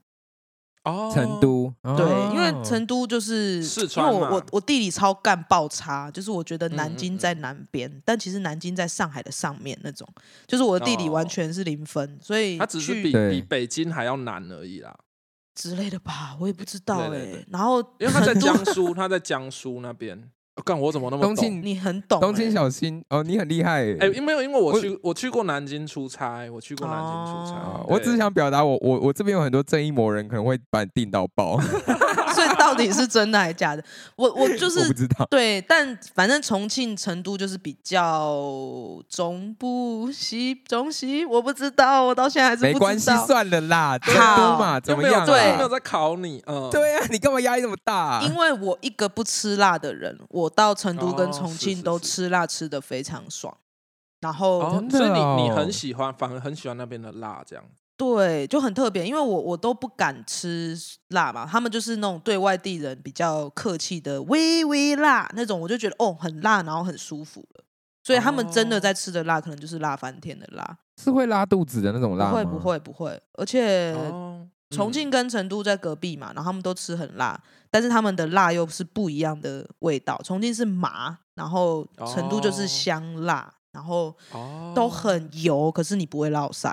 Speaker 2: 哦
Speaker 1: [LAUGHS] 成都
Speaker 3: 对，
Speaker 1: 哦
Speaker 3: 因为成都就是
Speaker 2: 四川
Speaker 3: 因为
Speaker 2: 嘛
Speaker 3: 我我我地理超干爆差，就是我觉得
Speaker 2: 嗯
Speaker 3: 南
Speaker 2: 嗯
Speaker 3: 京
Speaker 2: 嗯
Speaker 3: 在南边，但其实南京在上海的上面那种，就是我的地理
Speaker 2: 哦
Speaker 3: 完全是零分，所以
Speaker 2: 它只是
Speaker 3: 去
Speaker 2: 比
Speaker 1: 对
Speaker 2: 比北京还要难而已啦，
Speaker 3: 之类的吧，我也不知道哎、
Speaker 2: 对对对
Speaker 3: 然后
Speaker 2: 因为它在江苏，它在江苏那边。哦干我怎么那么
Speaker 1: 东
Speaker 2: 懂
Speaker 1: 庆
Speaker 3: 你很懂、欸，
Speaker 1: 东京小新哦，你很厉害耶、
Speaker 2: 哎、因没有，因为我
Speaker 1: 我
Speaker 2: 去我去过南京出差，我去过南京出差。
Speaker 1: 啊
Speaker 3: 哦
Speaker 1: 我只是
Speaker 2: 对
Speaker 1: 想表达我，我我这边有很多正义魔人，可能会把你定到爆，我
Speaker 3: 所以到底是真的还是假的？我我就
Speaker 1: 不
Speaker 3: 是
Speaker 1: 知道。
Speaker 3: 对，但反正重庆、成都就是比较中部西中西，我不知道，我到现在还是
Speaker 1: 没
Speaker 3: 不
Speaker 1: 关
Speaker 3: 知
Speaker 1: 系，
Speaker 3: 道。
Speaker 1: 算了啦，成都
Speaker 3: 好
Speaker 1: 嘛，怎
Speaker 2: 又
Speaker 1: 么
Speaker 2: 没有
Speaker 1: 样、啊？
Speaker 2: 又
Speaker 3: 对
Speaker 2: 没有在考你，嗯，
Speaker 1: 对啊，你干嘛压力那么大、啊？
Speaker 3: 因为我一个不吃辣的人，我到成都跟
Speaker 2: 哦
Speaker 3: 重
Speaker 2: 是
Speaker 3: 庆
Speaker 2: 是
Speaker 3: 都
Speaker 2: 是
Speaker 3: 吃辣吃的非常爽。然后、
Speaker 2: 哦，
Speaker 1: 真的
Speaker 2: 所以你你
Speaker 1: 哦
Speaker 2: 很喜欢，反而很喜欢那边的辣这样。
Speaker 3: 对，就很特别，因为我我都不敢吃辣嘛，他们就是那种对外地人比较客气的微微辣那种，我就觉得哦很辣，然后很舒服了。所以他们真的
Speaker 2: 哦
Speaker 3: 在吃的辣，可能就是辣翻天的辣，
Speaker 1: 是会拉肚子的那种辣
Speaker 3: 不会
Speaker 1: 吗
Speaker 3: 不会不会，而且
Speaker 2: 哦，
Speaker 3: 重庆跟成都在隔壁嘛，然后他们都吃很辣，但是他们的辣又是不一样的味道。重庆是麻，然后成都就是
Speaker 2: 哦
Speaker 3: 香辣，然后
Speaker 2: 哦
Speaker 3: 都很油，可是你不会落腮。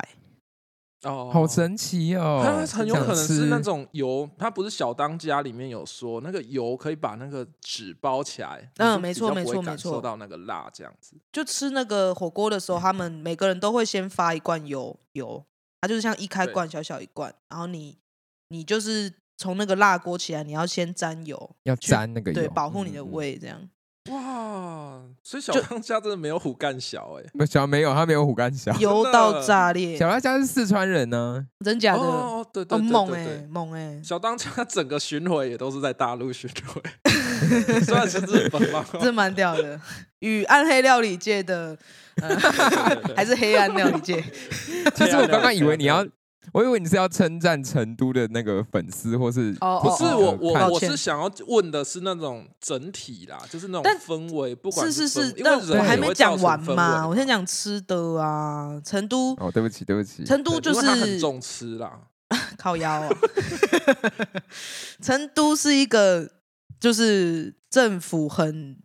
Speaker 2: 哦，
Speaker 1: 好神奇哦！
Speaker 2: 它很有可能是那
Speaker 1: 想吃
Speaker 2: 种油，它不是小当家里面有说那个油可以把那个纸包起来，
Speaker 3: 嗯
Speaker 2: 你就
Speaker 3: 没
Speaker 2: 比
Speaker 3: 错
Speaker 2: 较
Speaker 3: 没
Speaker 2: 不会
Speaker 3: 错没
Speaker 2: 感受
Speaker 3: 错
Speaker 2: 到那个辣这样子。
Speaker 3: 就吃那个火锅的时候，他们每个人都会先发一罐油油，它就是像一开
Speaker 2: 对
Speaker 3: 罐小小一罐，然后你你就是从那个辣锅起来，你要先沾油，
Speaker 1: 要沾那个油，
Speaker 3: 对，保护你
Speaker 1: 嗯
Speaker 3: 的
Speaker 1: 嗯
Speaker 3: 胃这样。
Speaker 2: 哇，所以小
Speaker 3: 就
Speaker 2: 当家真的没有虎干小哎、欸。
Speaker 1: 不小没有，他没有虎干小。
Speaker 3: 油
Speaker 2: 真
Speaker 3: 到
Speaker 2: 的
Speaker 3: 炸裂，
Speaker 1: 小辣椒是四川人呢、
Speaker 3: 真假的？
Speaker 2: 哦哦，对对
Speaker 3: 哦，
Speaker 2: 对
Speaker 3: 猛
Speaker 2: 对
Speaker 3: 哎、
Speaker 2: 对，
Speaker 3: 猛哎、
Speaker 2: 小当家整个巡回也都是在大陆巡
Speaker 3: [LAUGHS]
Speaker 2: 回，虽然是日本嘛，
Speaker 3: 这蛮屌的。与暗黑料理界的，呃，还是黑暗料理界，
Speaker 1: 其实我刚刚以为你
Speaker 2: 对啊
Speaker 1: 要，我以为你是要称赞成都的那个粉丝，或是
Speaker 3: 哦
Speaker 2: [LAUGHS] 不
Speaker 3: 哦
Speaker 2: 是
Speaker 3: 哦
Speaker 2: 我
Speaker 1: 呃看
Speaker 2: 我我
Speaker 3: 抱歉
Speaker 2: 是想要问的是那种整体啦，就是那种
Speaker 3: 但
Speaker 2: 氛围， [LAUGHS] 不管
Speaker 3: 是是
Speaker 2: 氛
Speaker 3: 是
Speaker 2: 围，因
Speaker 3: 但
Speaker 2: 为
Speaker 3: 我
Speaker 2: 人
Speaker 3: 还
Speaker 2: 也
Speaker 3: 没
Speaker 2: 会
Speaker 3: 讲
Speaker 2: 造成
Speaker 3: 完
Speaker 2: 氛围
Speaker 3: 嘛，我先讲吃的啊，成都，
Speaker 1: 哦，对不起，对不起，
Speaker 3: 成都
Speaker 2: 对
Speaker 3: 就
Speaker 2: 因为他很
Speaker 3: 是
Speaker 2: 重吃啦，
Speaker 3: 靠腰、哦，成都是一个就是政府很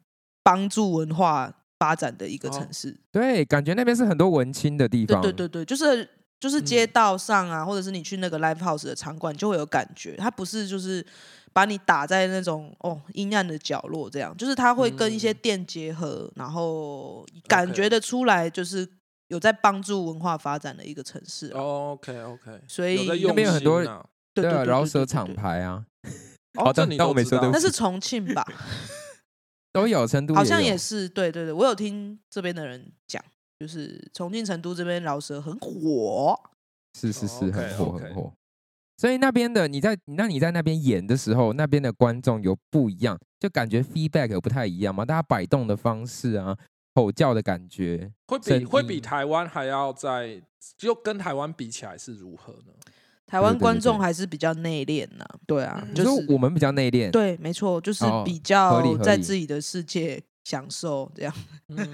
Speaker 3: 帮助文化发展的一个
Speaker 2: 哦
Speaker 3: 城市，
Speaker 1: 对，感觉那边是很多文青的地
Speaker 3: 对
Speaker 1: 方，
Speaker 3: 对对对，就是就是
Speaker 2: 嗯
Speaker 3: 街道上啊，或者是你去那个 live house 的场馆，你就会有感觉。它不是就是把你打在那种哦阴暗的角落这样，就是它会跟一些
Speaker 2: 嗯
Speaker 3: 店结合，然后感
Speaker 2: OK
Speaker 3: 觉得出来，就是有在帮助文化发展的一个城市啊、
Speaker 2: OK OK，
Speaker 3: 所以
Speaker 2: 在
Speaker 3: 那
Speaker 2: 用
Speaker 1: 边哦有很多
Speaker 2: 心啊
Speaker 3: 对对
Speaker 1: 啊，
Speaker 3: 对对
Speaker 1: 饶
Speaker 3: 对
Speaker 1: 舌
Speaker 3: 对
Speaker 1: 厂
Speaker 3: 对
Speaker 1: 牌啊，
Speaker 2: 哦
Speaker 1: 好
Speaker 2: 这
Speaker 1: 的
Speaker 2: 你
Speaker 1: 但
Speaker 2: 都
Speaker 1: 我没
Speaker 2: 知
Speaker 1: 说
Speaker 2: 道
Speaker 1: 对不
Speaker 3: 那是重
Speaker 1: [LAUGHS]
Speaker 3: 庆吧？
Speaker 1: 都有成都，
Speaker 3: 好像也，是，对对对，我有听这边的人讲，就是重庆、成都这边饶舌很火，
Speaker 1: 是是是，
Speaker 2: 哦
Speaker 1: 很
Speaker 2: ，OK，
Speaker 1: 火
Speaker 2: OK
Speaker 1: 很火。所以那边的你在，那你在那边演的时候，那边的观众有不一样，就感觉 feedback 有不太一样嘛，大家摆动的方式啊，吼叫的感觉，
Speaker 2: 会
Speaker 1: 声
Speaker 2: 比会比
Speaker 1: 音
Speaker 2: 台湾还要在，就跟台湾比起来是如何呢？
Speaker 3: 台
Speaker 1: 对
Speaker 3: 湾
Speaker 1: 对对
Speaker 3: 观众
Speaker 1: 对
Speaker 3: 还是比较内敛呐，对啊，
Speaker 2: 嗯
Speaker 1: 你
Speaker 3: 就
Speaker 1: 说
Speaker 3: 是
Speaker 1: 我们比较内敛，
Speaker 3: 对，没错，就是
Speaker 1: 哦
Speaker 3: 比
Speaker 1: 合理
Speaker 3: 较
Speaker 1: 合
Speaker 3: 在
Speaker 1: 理
Speaker 3: 自己的世界享受这样。 [LAUGHS]
Speaker 2: 嗯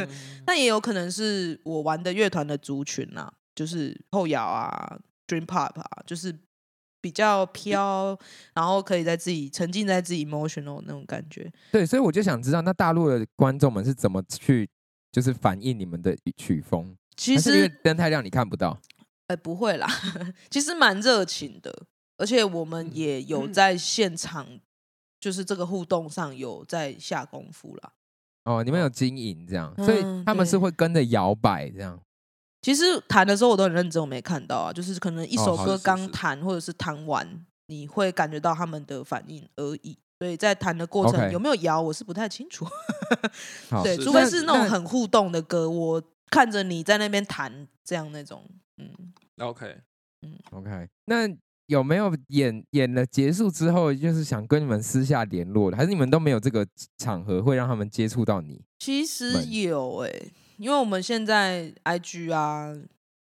Speaker 3: 那也有可能是我玩的乐团的族群啊，就是后摇啊、dream pop 啊，就是比较飘，然后可以在自己沉浸在自己 emotional 那种感觉。
Speaker 1: 对，所以我就想知道，那大陆的观众们是怎么去，就是反映你们的曲风？
Speaker 3: 其
Speaker 1: 还是因为
Speaker 3: 实，
Speaker 1: 灯太亮你看不到，
Speaker 3: 哎、不会啦， [LAUGHS] 其实蛮热情的，而且我们
Speaker 2: 嗯
Speaker 3: 也有
Speaker 2: 嗯
Speaker 3: 在现场，就是这个互动上有在下功夫啦。
Speaker 1: 哦，你们有经营这样，所以
Speaker 3: 嗯
Speaker 1: 他们是
Speaker 3: 对
Speaker 1: 会跟着摇摆这样。
Speaker 3: 其实弹的时候我都很认真，我没看到啊，就是可能一
Speaker 1: 哦
Speaker 3: 首
Speaker 1: 好
Speaker 3: 歌
Speaker 2: 是是
Speaker 3: 刚
Speaker 2: 是
Speaker 3: 弹或者是弹完，你会感觉到他们的反应而已。所以在弹的过程
Speaker 1: OK
Speaker 3: 有没有摇，我是不太清楚。
Speaker 1: 好，
Speaker 3: 对，
Speaker 2: 是
Speaker 3: 除非
Speaker 1: 那
Speaker 3: 是那种
Speaker 1: 那
Speaker 3: 很互动的歌，我看着你在那边弹这样那种，嗯，
Speaker 2: OK，
Speaker 1: OK，那有没有演演了结束之后，就是想跟你们私下联络的，还是你们都没有这个场合会让他们接触到你？
Speaker 3: 其实
Speaker 1: 蛮
Speaker 3: 有诶、因为我们现在 IG 啊，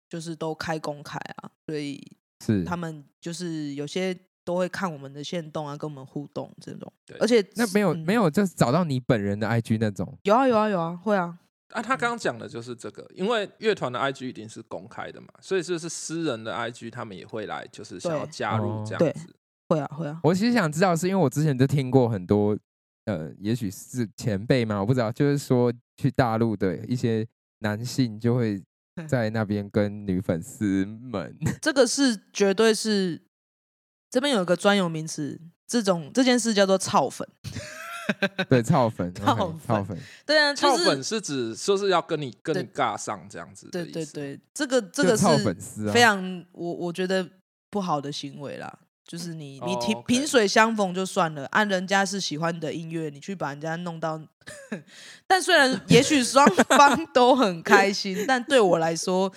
Speaker 3: 就是都开公开啊，所以
Speaker 1: 是
Speaker 3: 他们就是有些都会看我们的线动啊，跟我们互动这种
Speaker 2: 对。
Speaker 3: 而且
Speaker 1: 那没有、没
Speaker 3: 嗯
Speaker 1: 有，就是找到你本人的 IG 那种。
Speaker 3: 有啊有啊有啊，会啊，
Speaker 2: 啊，他刚刚讲的就是这个，因为乐团的 IG 一定是公开的嘛，所以就是私人的 IG 他们也会来，就是想要
Speaker 3: 对
Speaker 2: 加入
Speaker 1: 哦
Speaker 2: 这
Speaker 3: 对
Speaker 2: 样子。
Speaker 3: 会啊，会啊，
Speaker 1: 我其实想知道，是因为我之前就听过很多，呃，也许是前辈嘛，我不知道，就是说去大陆的一些男性就会
Speaker 3: 嗯
Speaker 1: 在那边跟女粉丝们，
Speaker 3: [LAUGHS] 这个是绝对是这边有一个专有名词，这种这件事叫做“操粉
Speaker 1: 对，操粉，
Speaker 3: [LAUGHS] 操
Speaker 1: OK，操粉，”。
Speaker 3: 对啊，
Speaker 2: 翘
Speaker 3: 就
Speaker 2: 粉
Speaker 3: 是
Speaker 2: 是指就是要跟你跟你
Speaker 3: 对
Speaker 2: 尬上这样子的
Speaker 3: 对
Speaker 2: 意思，
Speaker 3: 对对，这个这
Speaker 1: 就
Speaker 3: 个
Speaker 1: 操粉
Speaker 3: 是
Speaker 1: 丝啊，
Speaker 3: 非常我我觉得不好的行为啦。就是你你
Speaker 2: 哦
Speaker 3: 平
Speaker 2: OK
Speaker 3: 萍水相逢就算了，按人家是喜欢你的音乐，你去把人家弄到， [LAUGHS] 但虽然也许双
Speaker 2: [LAUGHS]
Speaker 3: 方都很开心，但对我来说，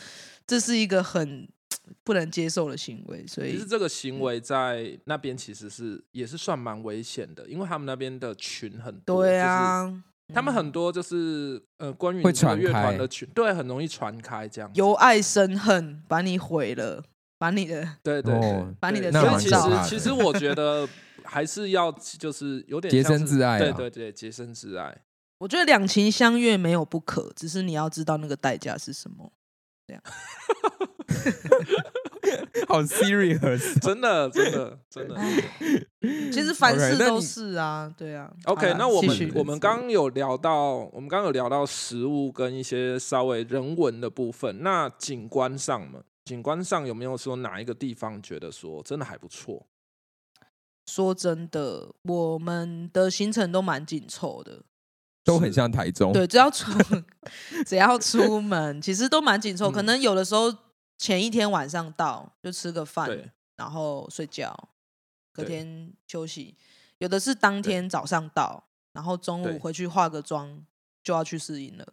Speaker 3: 这是一个很不能接受的行为，所
Speaker 2: 其
Speaker 3: 以嗯
Speaker 2: 实这个行为在那边其实是也是算蛮危险的，因为他们那边的群很多，
Speaker 3: 对，啊，
Speaker 2: 他们
Speaker 3: 嗯
Speaker 2: 很多就是呃关于你
Speaker 1: 会
Speaker 2: 这个
Speaker 1: 传
Speaker 2: 乐团
Speaker 1: 开
Speaker 2: 的群，对，很容易传开这样子。
Speaker 3: 由爱生恨，把你毁了，把你的
Speaker 2: 对对对
Speaker 1: 哦，
Speaker 3: 把你的
Speaker 2: 对
Speaker 3: 那
Speaker 2: 所以
Speaker 3: 蛮
Speaker 2: 其
Speaker 3: 可怕
Speaker 2: 实
Speaker 3: 的
Speaker 2: 其实我觉得还是要就是有点
Speaker 1: 洁
Speaker 2: 像
Speaker 1: 身
Speaker 2: 是
Speaker 1: 自爱
Speaker 2: 对
Speaker 1: 啊
Speaker 2: 对对，洁身自爱。
Speaker 3: 我觉得
Speaker 2: [LAUGHS]
Speaker 3: 两情相悦没有不可，只是你要知道那个代价是什么。
Speaker 1: 好 serious
Speaker 3: [LAUGHS]
Speaker 1: 哦。
Speaker 2: 真的，真的，真
Speaker 3: 哦
Speaker 2: 的。
Speaker 3: 其实凡
Speaker 1: OK，
Speaker 3: 事
Speaker 1: 那
Speaker 3: 都
Speaker 1: 你
Speaker 3: 是啊，对啊。
Speaker 2: OK，
Speaker 3: 好啦
Speaker 2: 那我
Speaker 3: 继
Speaker 2: 们
Speaker 3: 续
Speaker 2: 我们刚有聊到，我们刚有聊到食物跟一些稍微人文的部分。那景观上嘛，景观上有没有说哪一个地方觉得说真的还不错？
Speaker 3: 说真的，我们的行程都蛮紧凑的，
Speaker 1: 都很像台
Speaker 2: 哦
Speaker 1: 中。
Speaker 3: 对，只要出 [LAUGHS] 只要出门，其实都蛮紧凑。可
Speaker 2: 嗯
Speaker 3: 能有的时候前一天晚上到就吃个饭，
Speaker 2: 对，
Speaker 3: 然后睡觉，隔
Speaker 2: 对
Speaker 3: 天休息；有的是当
Speaker 2: 对
Speaker 3: 天早上到，然后中
Speaker 2: 对
Speaker 3: 午回去化个妆就要去试营了。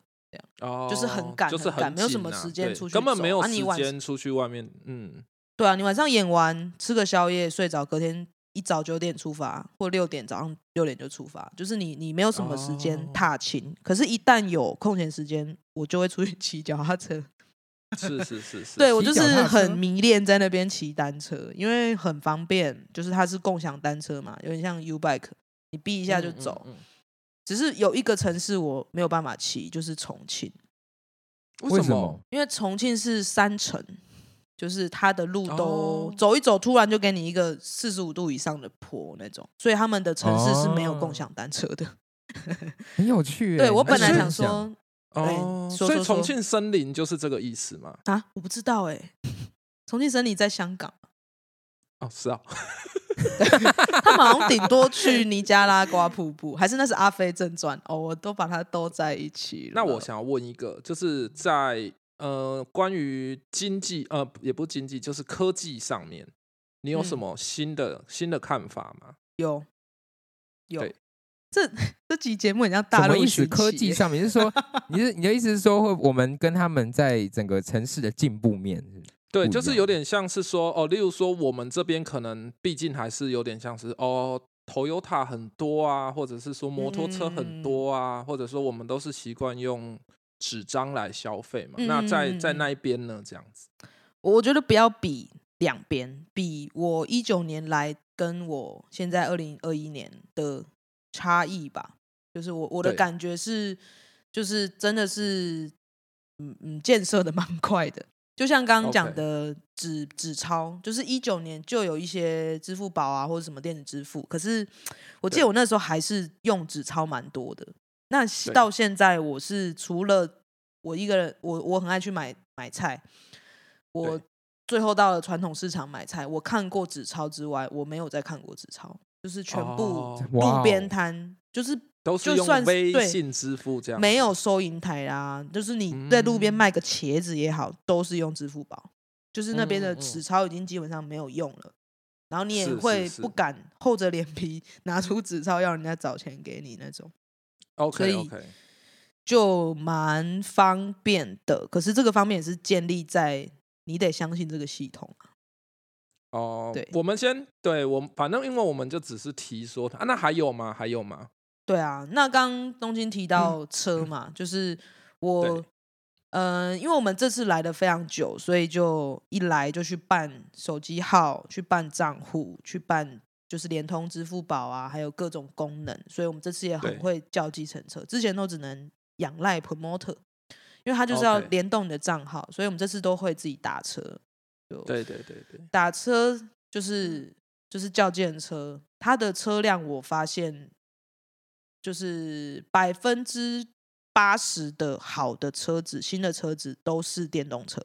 Speaker 2: 哦，
Speaker 3: 就是很赶
Speaker 2: 就是
Speaker 3: 很赶没有什
Speaker 2: 紧
Speaker 3: 么
Speaker 2: 啊
Speaker 3: 时间
Speaker 2: 对
Speaker 3: 出去
Speaker 2: 根本
Speaker 3: 走
Speaker 2: 没有
Speaker 3: 啊你
Speaker 2: 时
Speaker 3: 晚
Speaker 2: 间出去外面。嗯，
Speaker 3: 对啊，你晚上演完吃个宵夜，睡着，隔天一早九点出发，或六点早上六点就出发，就是你你没有什么时
Speaker 2: 哦
Speaker 3: 间踏青。可是，一旦有空闲时间，我就会出去 [LAUGHS] 骑脚踏车。
Speaker 2: 是是是是，
Speaker 3: 对
Speaker 2: 是
Speaker 3: 我
Speaker 1: 骑
Speaker 3: 就
Speaker 1: 脚
Speaker 3: 是
Speaker 1: 踏车
Speaker 3: 很迷恋在那边骑单车，因为很方便，就是它是共享单车嘛，有点像 U bike，你避一下就
Speaker 2: 嗯嗯
Speaker 3: 走。
Speaker 2: 嗯
Speaker 3: 只是有一个城市我没有办法骑，就是重庆，
Speaker 1: 为
Speaker 2: 为
Speaker 1: 什么？？
Speaker 3: 因为重庆是山城，就是它的路都、
Speaker 2: 哦
Speaker 3: 走一走，突然就给你一个四十五度以上的坡那种，所以他们的城市是没有
Speaker 2: 哦
Speaker 3: 共享单车的。
Speaker 1: 很有趣欸。
Speaker 3: 对我
Speaker 1: 你
Speaker 3: 本来
Speaker 1: 这
Speaker 3: 想
Speaker 1: 样讲，
Speaker 3: 说哎
Speaker 2: 哦，
Speaker 3: 说
Speaker 2: 所以
Speaker 3: 说
Speaker 2: 重
Speaker 3: 说
Speaker 2: 庆森林就是这个意思嘛？
Speaker 3: 啊，我不知道哎、重庆森林在香港，
Speaker 2: 哦，是啊，
Speaker 3: 他们好像顶多
Speaker 1: [LAUGHS]
Speaker 3: 去尼加拉瓜瀑布，还是那是阿飞正传哦，我都把它都在一起了。
Speaker 2: 那我想要问一个，就是在呃关于经济呃也不是经济，就是科技上面，你有什
Speaker 3: 嗯
Speaker 2: 么新的、新的看法吗？
Speaker 3: 有有
Speaker 2: 对
Speaker 3: 这 [LAUGHS] 这集节目很像
Speaker 1: 什
Speaker 3: 大
Speaker 1: 么
Speaker 3: 陆欸
Speaker 1: 意思？科技上面是
Speaker 3: [LAUGHS]
Speaker 1: 说，你是你的意思是说，会我们跟他们在整个城市的进步面是不是
Speaker 2: 对，
Speaker 1: 不一
Speaker 2: 就是
Speaker 1: 样
Speaker 2: 有点像是说哦，例如说我们这边可能毕竟还是有点像是哦。Toyota 很多啊，或者是说摩托车很多
Speaker 3: 嗯
Speaker 2: 啊，或者说我们都是习惯用纸张来消费嘛。那在在
Speaker 3: 嗯嗯嗯嗯
Speaker 2: 那一边呢，这样子
Speaker 3: 我我觉得不要比两边，比我一九年来跟我现在二零二一年的差异吧。就是我我的
Speaker 2: 对
Speaker 3: 感觉是，就是真的是，嗯嗯，建设的蛮快的。就像刚刚
Speaker 2: OK
Speaker 3: 讲的纸纸钞，就是一九年就有一些支付宝啊或者什么电子支付，可是我记
Speaker 2: 对
Speaker 3: 得我那时候还是用纸钞蛮多的。那
Speaker 2: 对
Speaker 3: 到现在我是除了我一个人，我我很爱去买买菜，我
Speaker 2: 对
Speaker 3: 最后到了传统市场买菜，我看过纸钞之外，我没有再看过纸钞，就是全部
Speaker 2: 哦
Speaker 1: 哇
Speaker 3: 路
Speaker 1: 哦
Speaker 3: 边摊，就是
Speaker 2: 都是
Speaker 3: 就
Speaker 2: 用
Speaker 3: 算是
Speaker 2: 微
Speaker 3: 对
Speaker 2: 信支付这样子，
Speaker 3: 没有收银台啦，就是你在路边
Speaker 2: 嗯
Speaker 3: 卖个茄子也好，都是用支付宝，就是那边
Speaker 2: 嗯
Speaker 3: 的
Speaker 2: 嗯嗯
Speaker 3: 纸钞已经基本上没有用了。然后你也
Speaker 2: 是是
Speaker 3: 会
Speaker 2: 是
Speaker 3: 不敢厚着脸皮拿出纸钞要人家找钱给你那种，所
Speaker 2: OK
Speaker 3: 以
Speaker 2: OK，
Speaker 3: 就蛮方便的。可是这个方面也是建立在你得相信这个系统啊。
Speaker 2: 哦，
Speaker 3: 对
Speaker 2: 我们先对我们，反正因为我们就只是提说啊，那还有吗？还有吗？
Speaker 3: 对啊，那刚刚东京提到车嘛，就是
Speaker 2: 嗯对
Speaker 3: 我，嗯、因为我们这次来的非常久，所以就一来就去办手机号，去办账户，去办就是联通、支付宝啊，还有各种功能，所以我们这次也
Speaker 2: 对
Speaker 3: 很会叫计程车，之前都只能仰赖 promoter，因为它就是要
Speaker 2: 哦 OK
Speaker 3: 联动你的账号，所以我们这次都会自己打车，就
Speaker 2: 对对对对，
Speaker 3: 打车就是就是叫计程车，它的车辆我发现就是百分之八十的好的车子，新的车子都是电动车。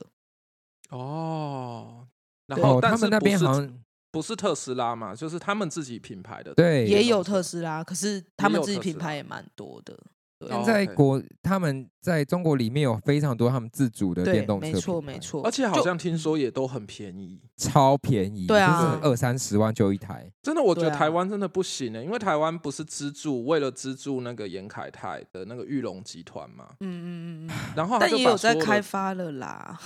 Speaker 2: 哦，然
Speaker 3: 对
Speaker 2: 后
Speaker 1: 哦，
Speaker 2: 但
Speaker 1: 他
Speaker 2: 是
Speaker 1: 们那
Speaker 2: 不
Speaker 1: 边
Speaker 2: 是
Speaker 1: 好像
Speaker 2: 不是特斯拉嘛，就是他们自己品牌的，
Speaker 1: 对
Speaker 3: 也
Speaker 2: 电
Speaker 3: 有
Speaker 2: 动车
Speaker 3: 特斯拉，可是他
Speaker 2: 也
Speaker 3: 们
Speaker 2: 有
Speaker 3: 自己
Speaker 2: 特
Speaker 3: 品
Speaker 2: 斯
Speaker 3: 牌
Speaker 2: 拉
Speaker 3: 也蛮多的。对
Speaker 2: 哦
Speaker 1: 现在
Speaker 2: OK
Speaker 1: 国他们在中国里面有非常多他们自主的电
Speaker 3: 对，
Speaker 1: 动车
Speaker 3: 没
Speaker 1: 品
Speaker 3: 错
Speaker 1: 牌
Speaker 3: 没，错，
Speaker 2: 而且好
Speaker 3: 就
Speaker 2: 像听说也都很便宜。
Speaker 1: 超便宜，
Speaker 3: 对啊
Speaker 1: 就是二三十万就一台。
Speaker 2: 真的，我觉得
Speaker 3: 对啊
Speaker 2: 台湾真的不行呢、欸因为台湾不是资助，为了资助那个严凯泰的那个玉龙集团嘛，
Speaker 3: 嗯嗯嗯嗯，
Speaker 2: 然后他
Speaker 3: 但
Speaker 2: 就
Speaker 3: 也
Speaker 2: 把
Speaker 3: 有在
Speaker 2: 所的
Speaker 3: 开发了啦。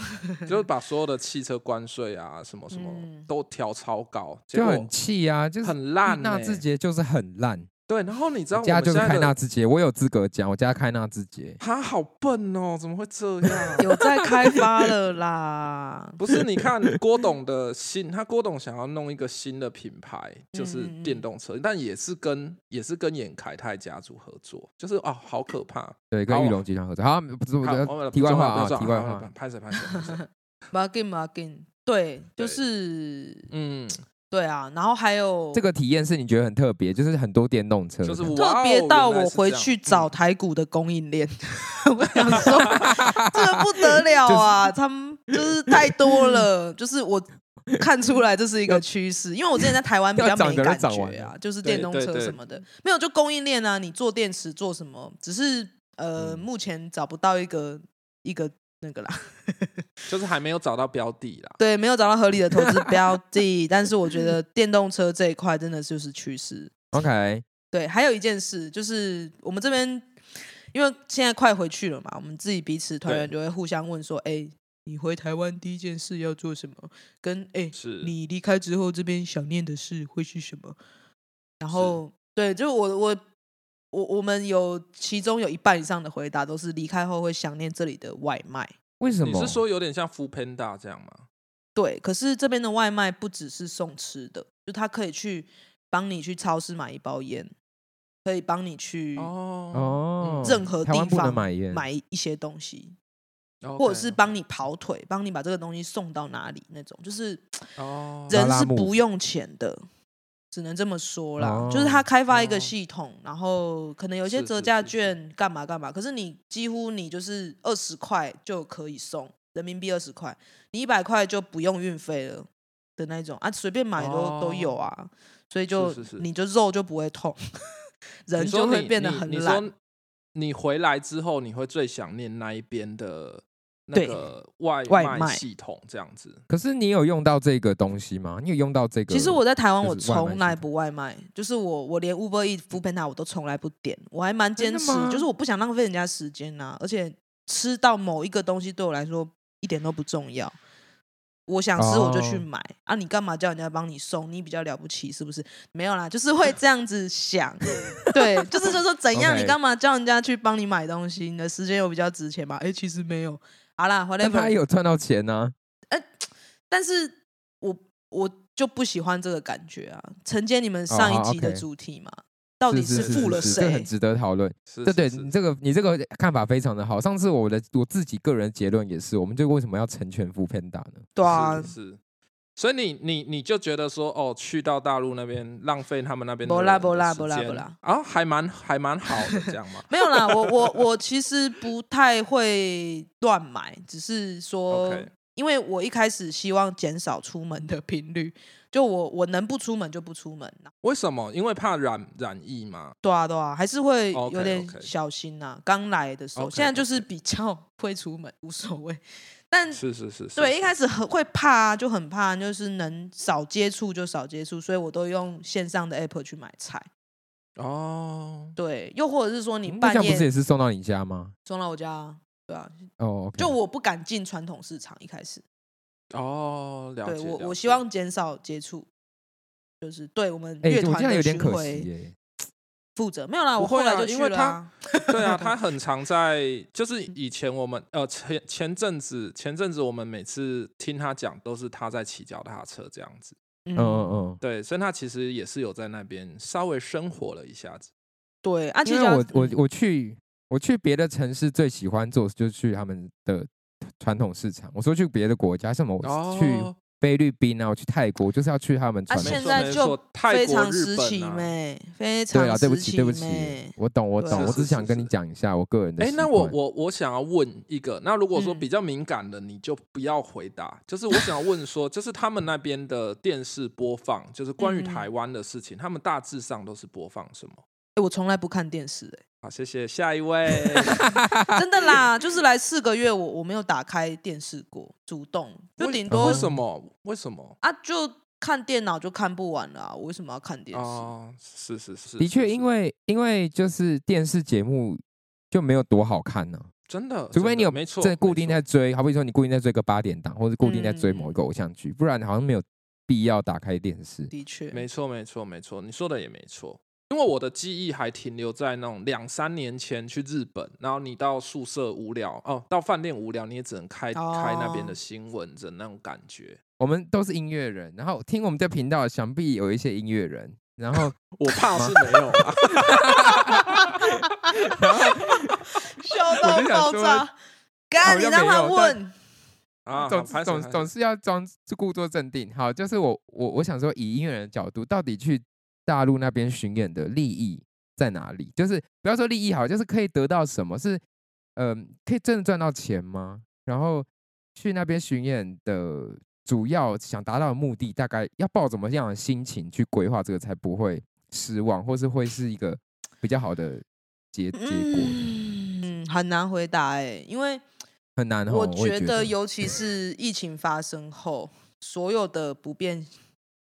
Speaker 2: 就是把所有的汽车关税啊，什么什么、
Speaker 3: 嗯
Speaker 2: [LAUGHS] 都调超高，结
Speaker 1: 就
Speaker 2: 果
Speaker 1: 很气啊，就是
Speaker 2: 很烂、欸。
Speaker 1: 纳智捷就是很烂，
Speaker 2: 对，然后你知道
Speaker 1: 我
Speaker 2: 我
Speaker 1: 家
Speaker 2: 们
Speaker 1: 就
Speaker 2: 现
Speaker 1: 是
Speaker 2: 在
Speaker 1: 开纳
Speaker 2: 的
Speaker 1: 智捷，我有资格讲，我家开纳智捷。
Speaker 2: 他好笨哦，怎么会这
Speaker 1: [LAUGHS]
Speaker 2: 样？
Speaker 3: 有在开发了啦， [LAUGHS]
Speaker 2: 不是，你看郭董的新，他郭董想要弄一个新的品牌，就是
Speaker 3: 嗯嗯嗯
Speaker 2: 电动车，但也是跟也是跟严凯泰家族合作，就是哦，好可怕。
Speaker 1: 对，跟
Speaker 2: 好哦
Speaker 1: 玉龙集团合作。好，不是，不
Speaker 2: 好，哦
Speaker 1: 是
Speaker 2: 我们
Speaker 1: 题外
Speaker 2: 不
Speaker 1: 话
Speaker 2: 要
Speaker 1: 啊，
Speaker 2: 撞
Speaker 1: 题外话
Speaker 2: 好
Speaker 1: [LAUGHS]
Speaker 2: 拍。拍谁拍谁。拍谁
Speaker 3: 马金马金，对，就
Speaker 2: 对
Speaker 3: 是
Speaker 2: 嗯，
Speaker 3: 对啊，然后还有
Speaker 1: 这个体验是你觉得很特别，就是很多电动车这
Speaker 2: 就
Speaker 1: 样，
Speaker 2: 是
Speaker 3: 特
Speaker 2: 哇哦
Speaker 3: 别
Speaker 2: 原
Speaker 3: 到
Speaker 2: 来
Speaker 3: 我
Speaker 2: 是
Speaker 3: 回
Speaker 2: 这样
Speaker 3: 去
Speaker 2: 嗯
Speaker 3: 找台股的供应链， [LAUGHS] 我想说这个不得了啊，他们就是太多了，就是我看出来这是一个趋势，因为我之前在台湾比
Speaker 1: 要
Speaker 3: 较
Speaker 1: 涨
Speaker 3: 没
Speaker 1: 的人
Speaker 3: 感
Speaker 1: 涨完
Speaker 3: 觉啊，就是电
Speaker 2: 对
Speaker 3: 动
Speaker 2: 对
Speaker 3: 车
Speaker 2: 对
Speaker 3: 什么的，没有就供应链啊，你做电池做什么，只是呃、
Speaker 1: 嗯
Speaker 3: 目前找不到一个一个那个啦， [LAUGHS]
Speaker 2: 就是还没有找到标的啦。
Speaker 3: 对，没有找到合理的投资标的，但是我觉得电动车这一块真的就是趋势，
Speaker 1: OK，
Speaker 3: 对，还有一件事就是我们这边，因为现在快回去了嘛，我们自己彼此团员就会互相问说：“哎、你回台湾第一件事要做什么？”跟“哎、
Speaker 2: 是
Speaker 3: 你离开之后这边想念的事会是什么？”然后对，就我我我我们有其中有一半以上的回答都是离开后会想念这里的外卖。
Speaker 1: 为什
Speaker 2: 你
Speaker 1: 么？
Speaker 2: 是说有点像 f o o Panda 这样吗？
Speaker 3: 对，可是这边的外卖不只是送吃的，就他可以去帮你去超市买一包烟，可以帮你去
Speaker 2: 哦
Speaker 1: 嗯哦，
Speaker 3: 任何
Speaker 1: 台
Speaker 3: 地
Speaker 1: 湾不能
Speaker 3: 方
Speaker 1: 买烟，
Speaker 3: 买一些东西，
Speaker 2: 哦，
Speaker 3: 或者是帮你跑腿，帮你把这个东西送到哪里那种，就是
Speaker 2: 哦
Speaker 1: 人
Speaker 3: 人
Speaker 1: 拉
Speaker 3: 是
Speaker 1: 木
Speaker 3: 不用钱的，只能这么说啦。
Speaker 1: 哦
Speaker 3: 就是他开发一个
Speaker 2: 哦
Speaker 3: 系统，然后可能有一些
Speaker 2: 是
Speaker 3: 折
Speaker 2: 是
Speaker 3: 价
Speaker 2: 是是
Speaker 3: 券干嘛干嘛，可是你几乎你就是二十块就可以送人民币二十块，你一百块就不用运费了的那种啊，随便买都、都有啊，所以就是
Speaker 2: 哦是
Speaker 3: 你就肉就不会痛， [LAUGHS] 人
Speaker 2: 你说
Speaker 3: 就会
Speaker 2: 你
Speaker 3: 变得
Speaker 2: 你
Speaker 3: 很
Speaker 2: 你
Speaker 3: 懒。
Speaker 2: 说你回来之后，你会最想念那一边的
Speaker 3: 对
Speaker 2: 那个外
Speaker 3: 外卖
Speaker 2: 卖系统这样子。
Speaker 1: 可是你有用到这个东西吗？你有用到这个？
Speaker 3: 其实我在台湾，
Speaker 1: 就
Speaker 3: 我
Speaker 1: 是外卖
Speaker 3: 从
Speaker 1: 系
Speaker 3: 来
Speaker 1: 统
Speaker 3: 不外卖，就是我我连 Uber E、f o o p a n a 我都从来不点，我还蛮
Speaker 1: 真
Speaker 3: 坚
Speaker 1: 的
Speaker 3: 持
Speaker 1: 吗，
Speaker 3: 就是我不想浪费人家时间呐、而且吃到某一个东西对我来说一点都不重要，我想吃我就去
Speaker 1: 哦
Speaker 3: 买、啊，你干嘛叫人家帮你送？你比较了不起是不是？没有啦，就是会这样
Speaker 1: [LAUGHS]
Speaker 3: 子想，对，就是就说怎样，你
Speaker 1: OK
Speaker 3: 干嘛叫人家去帮你买东西？你的时间有比较值钱吗？哎、其实没有，好啦
Speaker 1: 但他
Speaker 3: ，whatever，
Speaker 1: 也有赚到钱啊呢、
Speaker 3: 但是我我就不喜欢这个感觉啊。承接你们上
Speaker 1: 哦
Speaker 3: 一
Speaker 1: 好
Speaker 3: 集的
Speaker 1: ，OK
Speaker 3: 主题嘛，到底
Speaker 1: 是是
Speaker 3: 付了
Speaker 1: 是是这
Speaker 3: 谁
Speaker 1: 很？值得讨论。
Speaker 2: 是
Speaker 1: 对对，
Speaker 2: 是
Speaker 1: 你
Speaker 2: 是
Speaker 1: 这个你这个看法非常的好。上次我的我自己个人结论也是，我们就为什么要成全富 Panda 呢？
Speaker 3: 对啊
Speaker 2: 是，是。所以你你你就觉得说哦，去到大陆那边浪费他们那边的
Speaker 3: 不
Speaker 2: 人
Speaker 3: 啦
Speaker 2: 的
Speaker 3: 不啦
Speaker 2: 时
Speaker 3: 不啦
Speaker 2: 间
Speaker 3: 不啦？
Speaker 2: 啊，还蛮还蛮好的这样吗 [LAUGHS]
Speaker 3: 没有啦，我我我其实不太会乱买，只是说
Speaker 2: OK
Speaker 3: 因为我一开始希望减少出门的频率，就我我能不出门就不出门啦、
Speaker 2: 为什么？因为怕染染疫嘛。
Speaker 3: 对啊对啊，还是会有
Speaker 2: OK，
Speaker 3: 点
Speaker 2: OK
Speaker 3: 小心呐、刚来的时候
Speaker 2: OK，
Speaker 3: 现在就
Speaker 2: OK
Speaker 3: 是比较 [LAUGHS] 会出门，无所谓。但
Speaker 2: 是是是是。
Speaker 3: 嗯对，
Speaker 2: 是
Speaker 3: 一开始很会怕啊，就很怕，就是能少接触就少接触，所以我都用线上的 app 去买菜。
Speaker 2: 哦，
Speaker 3: 对，又或者是说你
Speaker 1: 嗯那
Speaker 3: 半
Speaker 1: 这样不是
Speaker 3: 夜
Speaker 1: 也是送到你家吗？
Speaker 3: 送到我家啊，对啊，
Speaker 1: 哦，OK，
Speaker 3: 就我不敢进传统市场一开始，
Speaker 2: 哦，了
Speaker 3: 对
Speaker 2: 解。
Speaker 3: 我
Speaker 2: 了
Speaker 3: 我
Speaker 2: 解
Speaker 3: 希望减少接触，就是对我们
Speaker 1: 哎、
Speaker 3: 乐
Speaker 1: 我这
Speaker 3: 团
Speaker 1: 样有
Speaker 3: 的
Speaker 1: 点
Speaker 3: 巡
Speaker 1: 可惜
Speaker 3: 回
Speaker 1: 耶。
Speaker 3: 负责没有啦，
Speaker 2: 不
Speaker 3: 我后
Speaker 2: 会
Speaker 3: 来
Speaker 2: 啊
Speaker 3: 就
Speaker 2: 因
Speaker 3: 去
Speaker 2: 为
Speaker 3: 了
Speaker 2: 他
Speaker 3: 啊。
Speaker 2: [LAUGHS] 对啊，他很常在，就是以前我们呃前前阵子前阵子我们每次听他讲都是他在骑脚踏车这样子，
Speaker 1: 嗯嗯，嗯，
Speaker 2: 对，所以他其实也是有在那边稍微生活了一下子。
Speaker 3: 对，啊，其
Speaker 1: 因
Speaker 3: 实
Speaker 1: 为我我
Speaker 3: 嗯
Speaker 1: 我去我去别的城市最喜欢做就是去他们的传统市场。我说去别的国家，什么我去
Speaker 2: 哦，
Speaker 1: 菲律宾啊，我去泰国，就是要去他们传
Speaker 3: 啊
Speaker 1: 统
Speaker 3: 现
Speaker 1: 市场。
Speaker 2: 没错
Speaker 3: 在
Speaker 2: 没
Speaker 3: 就
Speaker 2: 错泰
Speaker 3: 非
Speaker 2: 国
Speaker 3: 常
Speaker 2: 日
Speaker 3: 时
Speaker 2: 本
Speaker 3: 期
Speaker 2: 啊
Speaker 3: 妹，
Speaker 1: 对
Speaker 3: 非常
Speaker 1: 啊，对不
Speaker 3: 时
Speaker 1: 起，对
Speaker 3: 期
Speaker 1: 不起
Speaker 3: 妹，，
Speaker 1: 我懂，我
Speaker 3: 对
Speaker 1: 懂，
Speaker 3: 啊
Speaker 1: 我只
Speaker 2: 是是
Speaker 1: 想跟
Speaker 2: 是
Speaker 1: 你讲一下我个人的
Speaker 2: 哎
Speaker 1: 习，惯。
Speaker 2: 那我我我想要问一个，那如果说
Speaker 3: 嗯
Speaker 2: 比较敏感的，你就不要回 [LAUGHS] 答。就是我想要问说，就是他们那边的电视播放，就是关于
Speaker 3: 嗯嗯
Speaker 2: 台湾的事情，他们大致上都是播放什么？
Speaker 3: 哎我从来不看电视，
Speaker 2: 好，谢谢下一 [LAUGHS] 位。 [LAUGHS]
Speaker 3: 真的啦，就是来四个月我，我没有打开电视过，主动
Speaker 2: 为
Speaker 3: 就
Speaker 2: 呃
Speaker 3: 顶
Speaker 1: 哦
Speaker 3: 多
Speaker 2: 为什么？为什么？
Speaker 3: 啊，就看电脑就看不完了啊、我为什么要看电视？
Speaker 2: 哦，是是是，
Speaker 1: 的确，
Speaker 2: 是
Speaker 1: 因为因为就是电视节目就没有多好看呢、
Speaker 2: 真的，
Speaker 1: 除非
Speaker 2: 哦真
Speaker 1: 你
Speaker 2: 的
Speaker 1: 有
Speaker 2: 没错，
Speaker 1: 这固
Speaker 2: 没
Speaker 1: 定
Speaker 2: 错嗯
Speaker 1: 在追，好比说你固定在追个八点档，或者固定在追某一个偶像剧，不然好像没有必要打开电视。
Speaker 3: 的确， [LAUGHS]
Speaker 2: 没错，没错，没错，你说的也没错。因为我的记忆还停留在那种两三年前去日本，然后你到宿舍无聊哦，到饭店无聊，你也只能开、开那边
Speaker 3: 哦
Speaker 2: 的新闻的那种感觉。
Speaker 1: 我们都是音乐人，然后听我们这频道，想必有一些音乐人，然后
Speaker 2: 我怕是
Speaker 1: [LAUGHS]
Speaker 2: 没有啊，
Speaker 3: 笑
Speaker 1: 我
Speaker 3: 到
Speaker 1: 就想
Speaker 3: 爆
Speaker 1: 说
Speaker 3: 炸。干，
Speaker 1: 好
Speaker 3: 你
Speaker 1: 像
Speaker 3: 让
Speaker 1: 没
Speaker 3: 他
Speaker 1: 有但
Speaker 3: 问，
Speaker 2: 啊，
Speaker 1: 总
Speaker 2: 好拍
Speaker 1: 是
Speaker 2: 手
Speaker 1: 总
Speaker 2: 拍手
Speaker 1: 总是要装故作镇定。好，就是我我我想说，以音乐人的角度，到底去大陆那边巡演的利益在哪里？就是不要说利益好，就是可以得到什么？是嗯、可以真的赚到钱吗？然后去那边巡演的主要想达到的目的，大概要抱怎么样的心情去规划这个，才不会失望，或是会是一个比较好的结结果？
Speaker 3: 嗯，很难回答哎、因为
Speaker 1: 很难哦。
Speaker 3: 我
Speaker 1: 我也
Speaker 3: 觉
Speaker 1: 得
Speaker 3: 得，尤其是疫情发生后，所有的不变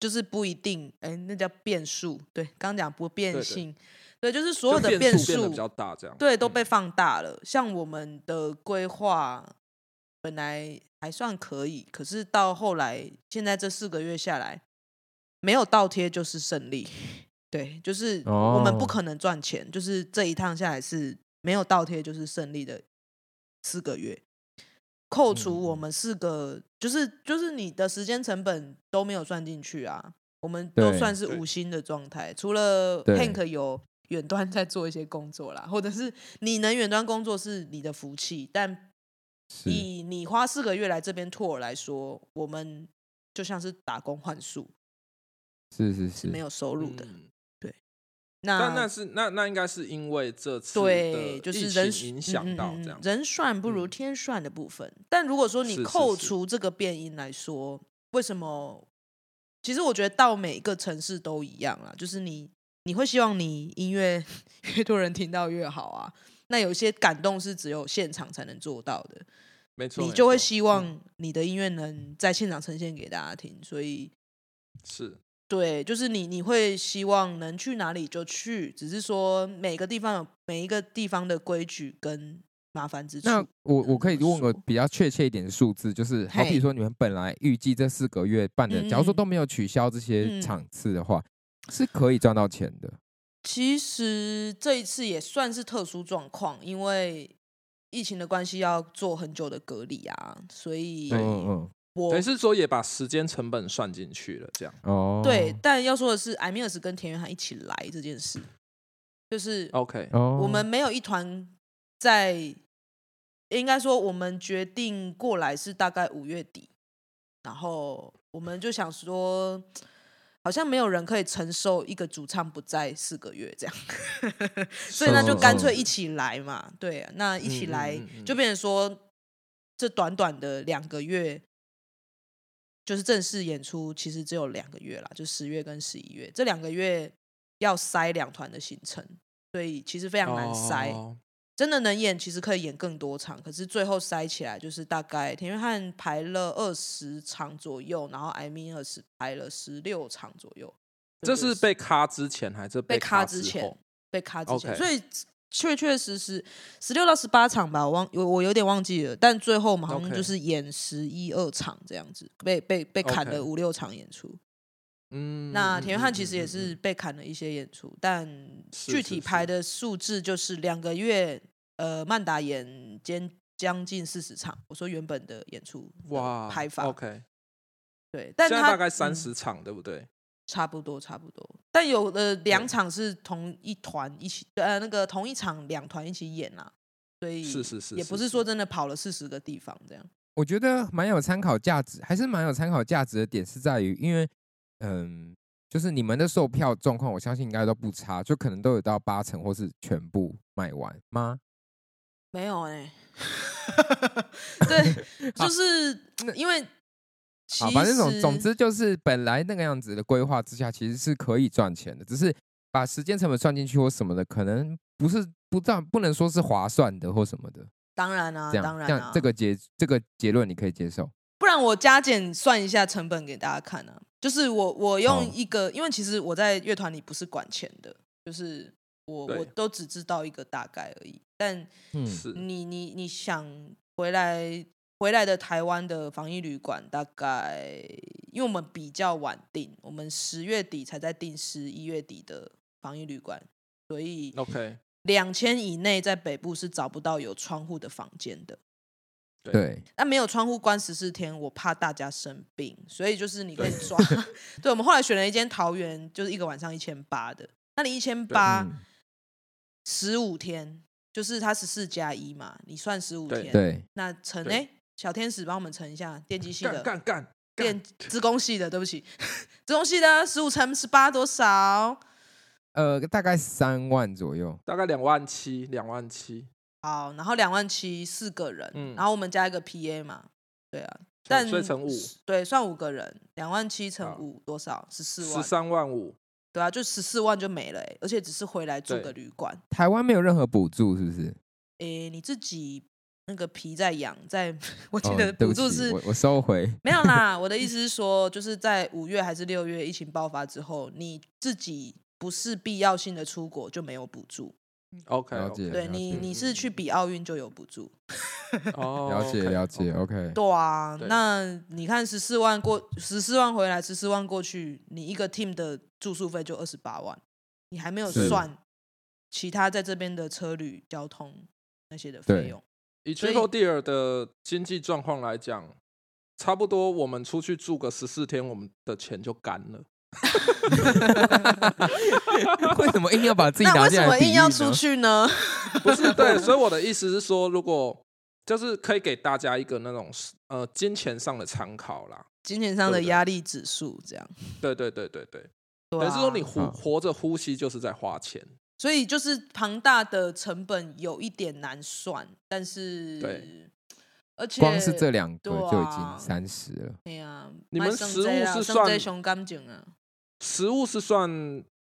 Speaker 3: 就是不一定，哎，那叫变数。对，刚讲不
Speaker 2: 对
Speaker 3: 变
Speaker 2: 对
Speaker 3: 性，对，就是所有
Speaker 2: 就
Speaker 3: 的
Speaker 2: 变数变得
Speaker 3: 数
Speaker 2: 比，较大，这样
Speaker 3: 对，都
Speaker 2: 嗯
Speaker 3: 被放大了。像我们的规划本来还算可以，可是到后来，现在这四个月下来，没有倒贴就是胜
Speaker 1: [LAUGHS]
Speaker 3: 利。对，就是我们
Speaker 1: 哦
Speaker 3: 不可能赚钱，就是这一趟下来是没有倒贴就是胜利的四个月，扣除我
Speaker 1: 嗯
Speaker 3: 们四个，就是就是你的时间成本都没有算进去啊，我们都
Speaker 1: 对
Speaker 3: 算是
Speaker 2: 对
Speaker 3: 无薪的状态，除了
Speaker 1: 对
Speaker 3: Hank 有远端在做一些工作啦，或者是你能远端工作是你的福气，但
Speaker 1: 是
Speaker 3: 以你花四个月来这边 tour 来说，我们就像是打工换宿，
Speaker 1: 是是
Speaker 3: 是
Speaker 1: 是，
Speaker 3: 没有收入的。
Speaker 2: 嗯但那
Speaker 3: 那
Speaker 2: 是那那应该是因为这次
Speaker 3: 对，
Speaker 2: 的
Speaker 3: 就是
Speaker 2: 疫
Speaker 3: 人
Speaker 2: 情影
Speaker 3: 数嗯
Speaker 2: 响
Speaker 3: 嗯
Speaker 2: 到
Speaker 3: 嗯
Speaker 2: 这样，
Speaker 3: 人算不如
Speaker 2: 嗯
Speaker 3: 天算的部分。但如果说
Speaker 2: 是
Speaker 3: 你
Speaker 2: 是
Speaker 3: 扣
Speaker 2: 是
Speaker 3: 除这个变因来说，为什么？其实我觉得到每一个城市都一样啦，就是你你会希望你音乐越多人听到越好啊。那有些感动是只有现场才能做到的，
Speaker 2: 没错，
Speaker 3: 你
Speaker 2: 没
Speaker 3: 就会
Speaker 2: 错嗯
Speaker 3: 希望你的音乐能在现场呈现给大家听，所以
Speaker 2: 是
Speaker 3: 对，就是你你会希望能去哪里就去，只是说每个地方有每一个地方的规矩跟麻烦之处。
Speaker 1: 那我我可以
Speaker 3: 怎么
Speaker 1: 问个
Speaker 3: 说
Speaker 1: 比较确切一点的数字，就是好比
Speaker 3: 嘿
Speaker 1: 说你们本来预计这四个月办的，假如说
Speaker 3: 嗯
Speaker 1: 都没有取消这些
Speaker 3: 嗯
Speaker 1: 场次的话，是可以赚到钱的。
Speaker 3: 其实这一次也算是特殊状况，因为疫情的关系要做很久的隔离啊，所以
Speaker 2: 对
Speaker 1: 嗯嗯
Speaker 3: 我
Speaker 2: 等于是说也把时间成本算进去了，这样
Speaker 1: 哦，
Speaker 3: 对，但要说的是，艾米尔斯跟田园涵一起来这件事，就是。
Speaker 2: OK，
Speaker 1: 哦，
Speaker 3: 我们没有一团在，应该说我们决定过来是大概五月底，然后我们就想说，好像没有人可以承受一个主唱不在四个月这样， [LAUGHS] 所以那就干脆一起来嘛。对啊，那一
Speaker 2: 哦
Speaker 3: 起
Speaker 2: 嗯嗯
Speaker 3: 来
Speaker 2: 嗯嗯
Speaker 3: 就变成说，这短短的两个月。就是正式演出，其实只有两个月啦，就十月跟十一月这两个月要塞两团的行程，所以其实非常难塞。
Speaker 2: 哦
Speaker 3: 真的能演，其实可以演更多场，可是最后塞起来就是大概田约翰排了二十场左右，然后艾米尔斯排了十六场左右。
Speaker 2: 这
Speaker 3: 就是
Speaker 2: 被咔之前还是
Speaker 3: 被
Speaker 2: 咔
Speaker 3: 卡之
Speaker 2: 后
Speaker 3: 前？，被卡之前，
Speaker 2: OK
Speaker 3: 所以确确实实十六到十八场吧，我忘我我有点忘记了，但最后我们好像
Speaker 2: OK
Speaker 3: 就是演十一二场这样子，被被被砍
Speaker 2: OK
Speaker 3: 了五六场演出。
Speaker 2: 嗯，
Speaker 3: 那
Speaker 2: 嗯
Speaker 3: 田约翰其实也，
Speaker 2: 嗯嗯嗯
Speaker 3: 是
Speaker 2: 嗯
Speaker 3: 被砍了一些演出，但
Speaker 2: 是
Speaker 3: 具
Speaker 2: 是
Speaker 3: 体
Speaker 2: 是
Speaker 3: 排的数字就是两个月，呃，曼达演兼将近四十场。我说原本的演出
Speaker 2: 嗯
Speaker 3: 的
Speaker 2: 哇
Speaker 3: 排法
Speaker 2: ，OK，
Speaker 3: 对，但
Speaker 2: 现在
Speaker 3: 他
Speaker 2: 大概三、
Speaker 3: 嗯
Speaker 2: 十场，对不对？
Speaker 3: 差不多差不多。但有的
Speaker 2: 对
Speaker 3: 两场是同一团一起，呃，那个同一场两团一起演啊，所以
Speaker 2: 是是是
Speaker 3: 也
Speaker 2: 是
Speaker 3: 不是
Speaker 2: 是
Speaker 3: 说真的跑了四十个地方这样。
Speaker 1: 我觉得蛮有参考价值，还是蛮有参考价值的点是在于，因为嗯，就是你们的售票状况，我相信应该都不差，就可能都有到八成或是全部卖完吗？
Speaker 3: 没有
Speaker 2: [LAUGHS]
Speaker 3: 哎、对，就是因为
Speaker 1: 好，
Speaker 3: 其
Speaker 1: 啊反正总总
Speaker 3: 实
Speaker 1: 之就是本来那个样子的规划之下，其实是可以赚钱的，只是把时间成本算进去或什么的，可能不是不知道不能说是划算的或什么的，
Speaker 3: 当然啊，
Speaker 1: 这样、
Speaker 3: 当然
Speaker 1: 这
Speaker 3: 啊
Speaker 1: 样，这个结这个结论你可以接受。
Speaker 3: 不然我加减算一下成本给大家看啊。就是我我
Speaker 1: 好
Speaker 3: 用一个，因为其实我在乐团里不是管钱的，就是我
Speaker 2: 对
Speaker 3: 我都只知道一个大概而已。但
Speaker 1: 嗯，
Speaker 2: 是
Speaker 3: 你你你想回来回来的台湾的防疫旅馆，大概因为我们比较晚订，我们十月底才在订十一月底的防疫旅馆，所以
Speaker 2: OK，
Speaker 3: 两千以内在北部是找不到有窗户的房间的。
Speaker 1: 对，
Speaker 3: 那没有窗户关十四天，我怕大家生病，所以就是你可以
Speaker 2: 对
Speaker 3: 抓。 [LAUGHS] 对，我们后来选了一间桃园，就是一个晚上一千八的。那你一千八
Speaker 1: 嗯，
Speaker 3: 十五天，就是它十四加一嘛，你算十五
Speaker 2: 对
Speaker 3: 天，
Speaker 1: 对，
Speaker 3: 那乘
Speaker 2: 对
Speaker 3: 哎小天使帮我们乘一下电机系
Speaker 2: 干
Speaker 3: 的，
Speaker 2: 干干
Speaker 3: 电资工系的，对不起，资工系的十五乘十八多少？
Speaker 1: 呃，大概三万左右。
Speaker 2: 大概两万七，两万七，
Speaker 3: 好，然后两万七四个人，
Speaker 2: 嗯
Speaker 3: 然后我们加一个 PA 嘛，对啊，但
Speaker 2: 算所以乘五，
Speaker 3: 对，算五个人，两万七乘
Speaker 2: 好
Speaker 3: 五多少？十四
Speaker 2: 十
Speaker 3: 万，
Speaker 2: 三万五，
Speaker 3: 对啊，就十四万就没了、欸，而且只是回来住
Speaker 2: 对
Speaker 3: 个旅馆，
Speaker 1: 台湾没有任何补助，是不是？
Speaker 3: 诶、你自己那个皮在痒，在 [LAUGHS] 我 [LAUGHS] 记
Speaker 1: 哦
Speaker 3: 得
Speaker 1: 对不
Speaker 3: 补助
Speaker 1: 起
Speaker 3: 是、
Speaker 1: 我我收回。
Speaker 3: 没有啦，我
Speaker 1: [LAUGHS]
Speaker 3: 的意思是说，就是在五月还是六月疫情爆发之后，你自己不是必要性的出国就没有补助，
Speaker 2: OK，
Speaker 1: 了解，嗯
Speaker 3: 对
Speaker 1: 了
Speaker 3: 你
Speaker 1: 解
Speaker 3: 你是去比奥运就有补助，
Speaker 2: 哦，
Speaker 1: 了解
Speaker 2: OK，
Speaker 1: 了解。OK，
Speaker 3: 对啊，
Speaker 2: 对
Speaker 3: 那你看十四万过十四万回来，十四万过去，你一个 team 的住宿费就二十八万，你还没有
Speaker 1: 是
Speaker 3: 算其他在这边的车旅、交通那些的
Speaker 1: 对
Speaker 3: 费用。
Speaker 2: 以
Speaker 3: 所以
Speaker 2: Triple Deer 的经济状况来讲，差不多我们出去住个十四天，我们的钱就干了。
Speaker 1: [LAUGHS] 为什么硬要把自己
Speaker 3: 那
Speaker 1: 拿
Speaker 3: 为
Speaker 1: 进来
Speaker 3: 什么
Speaker 1: 比
Speaker 3: 硬
Speaker 1: 喻
Speaker 3: 要
Speaker 1: 呢
Speaker 3: 出去呢？ [LAUGHS]
Speaker 2: 不是对，所以我的意思是说，如果就是可以给大家一个那种呃金钱上的参考啦。
Speaker 3: 金钱上
Speaker 2: 对
Speaker 3: 的
Speaker 2: 不对
Speaker 3: 压力指数这样。
Speaker 2: 对对对对对，
Speaker 3: 对
Speaker 2: 等于是说
Speaker 3: 啊
Speaker 2: 你活
Speaker 1: 好
Speaker 2: 活着呼吸就是在花钱。
Speaker 3: 所以就是庞大的成本有一点难算，但是
Speaker 2: 对，
Speaker 3: 而且
Speaker 1: 光是这两个
Speaker 3: 对啊
Speaker 1: 就已经三十了。 [LAUGHS]
Speaker 3: 哎呀，
Speaker 2: 你们
Speaker 3: 卖剩
Speaker 2: 食物
Speaker 3: 这啊
Speaker 2: 是
Speaker 3: 剩
Speaker 2: 算
Speaker 3: 这熊干净啊，
Speaker 2: 食物是算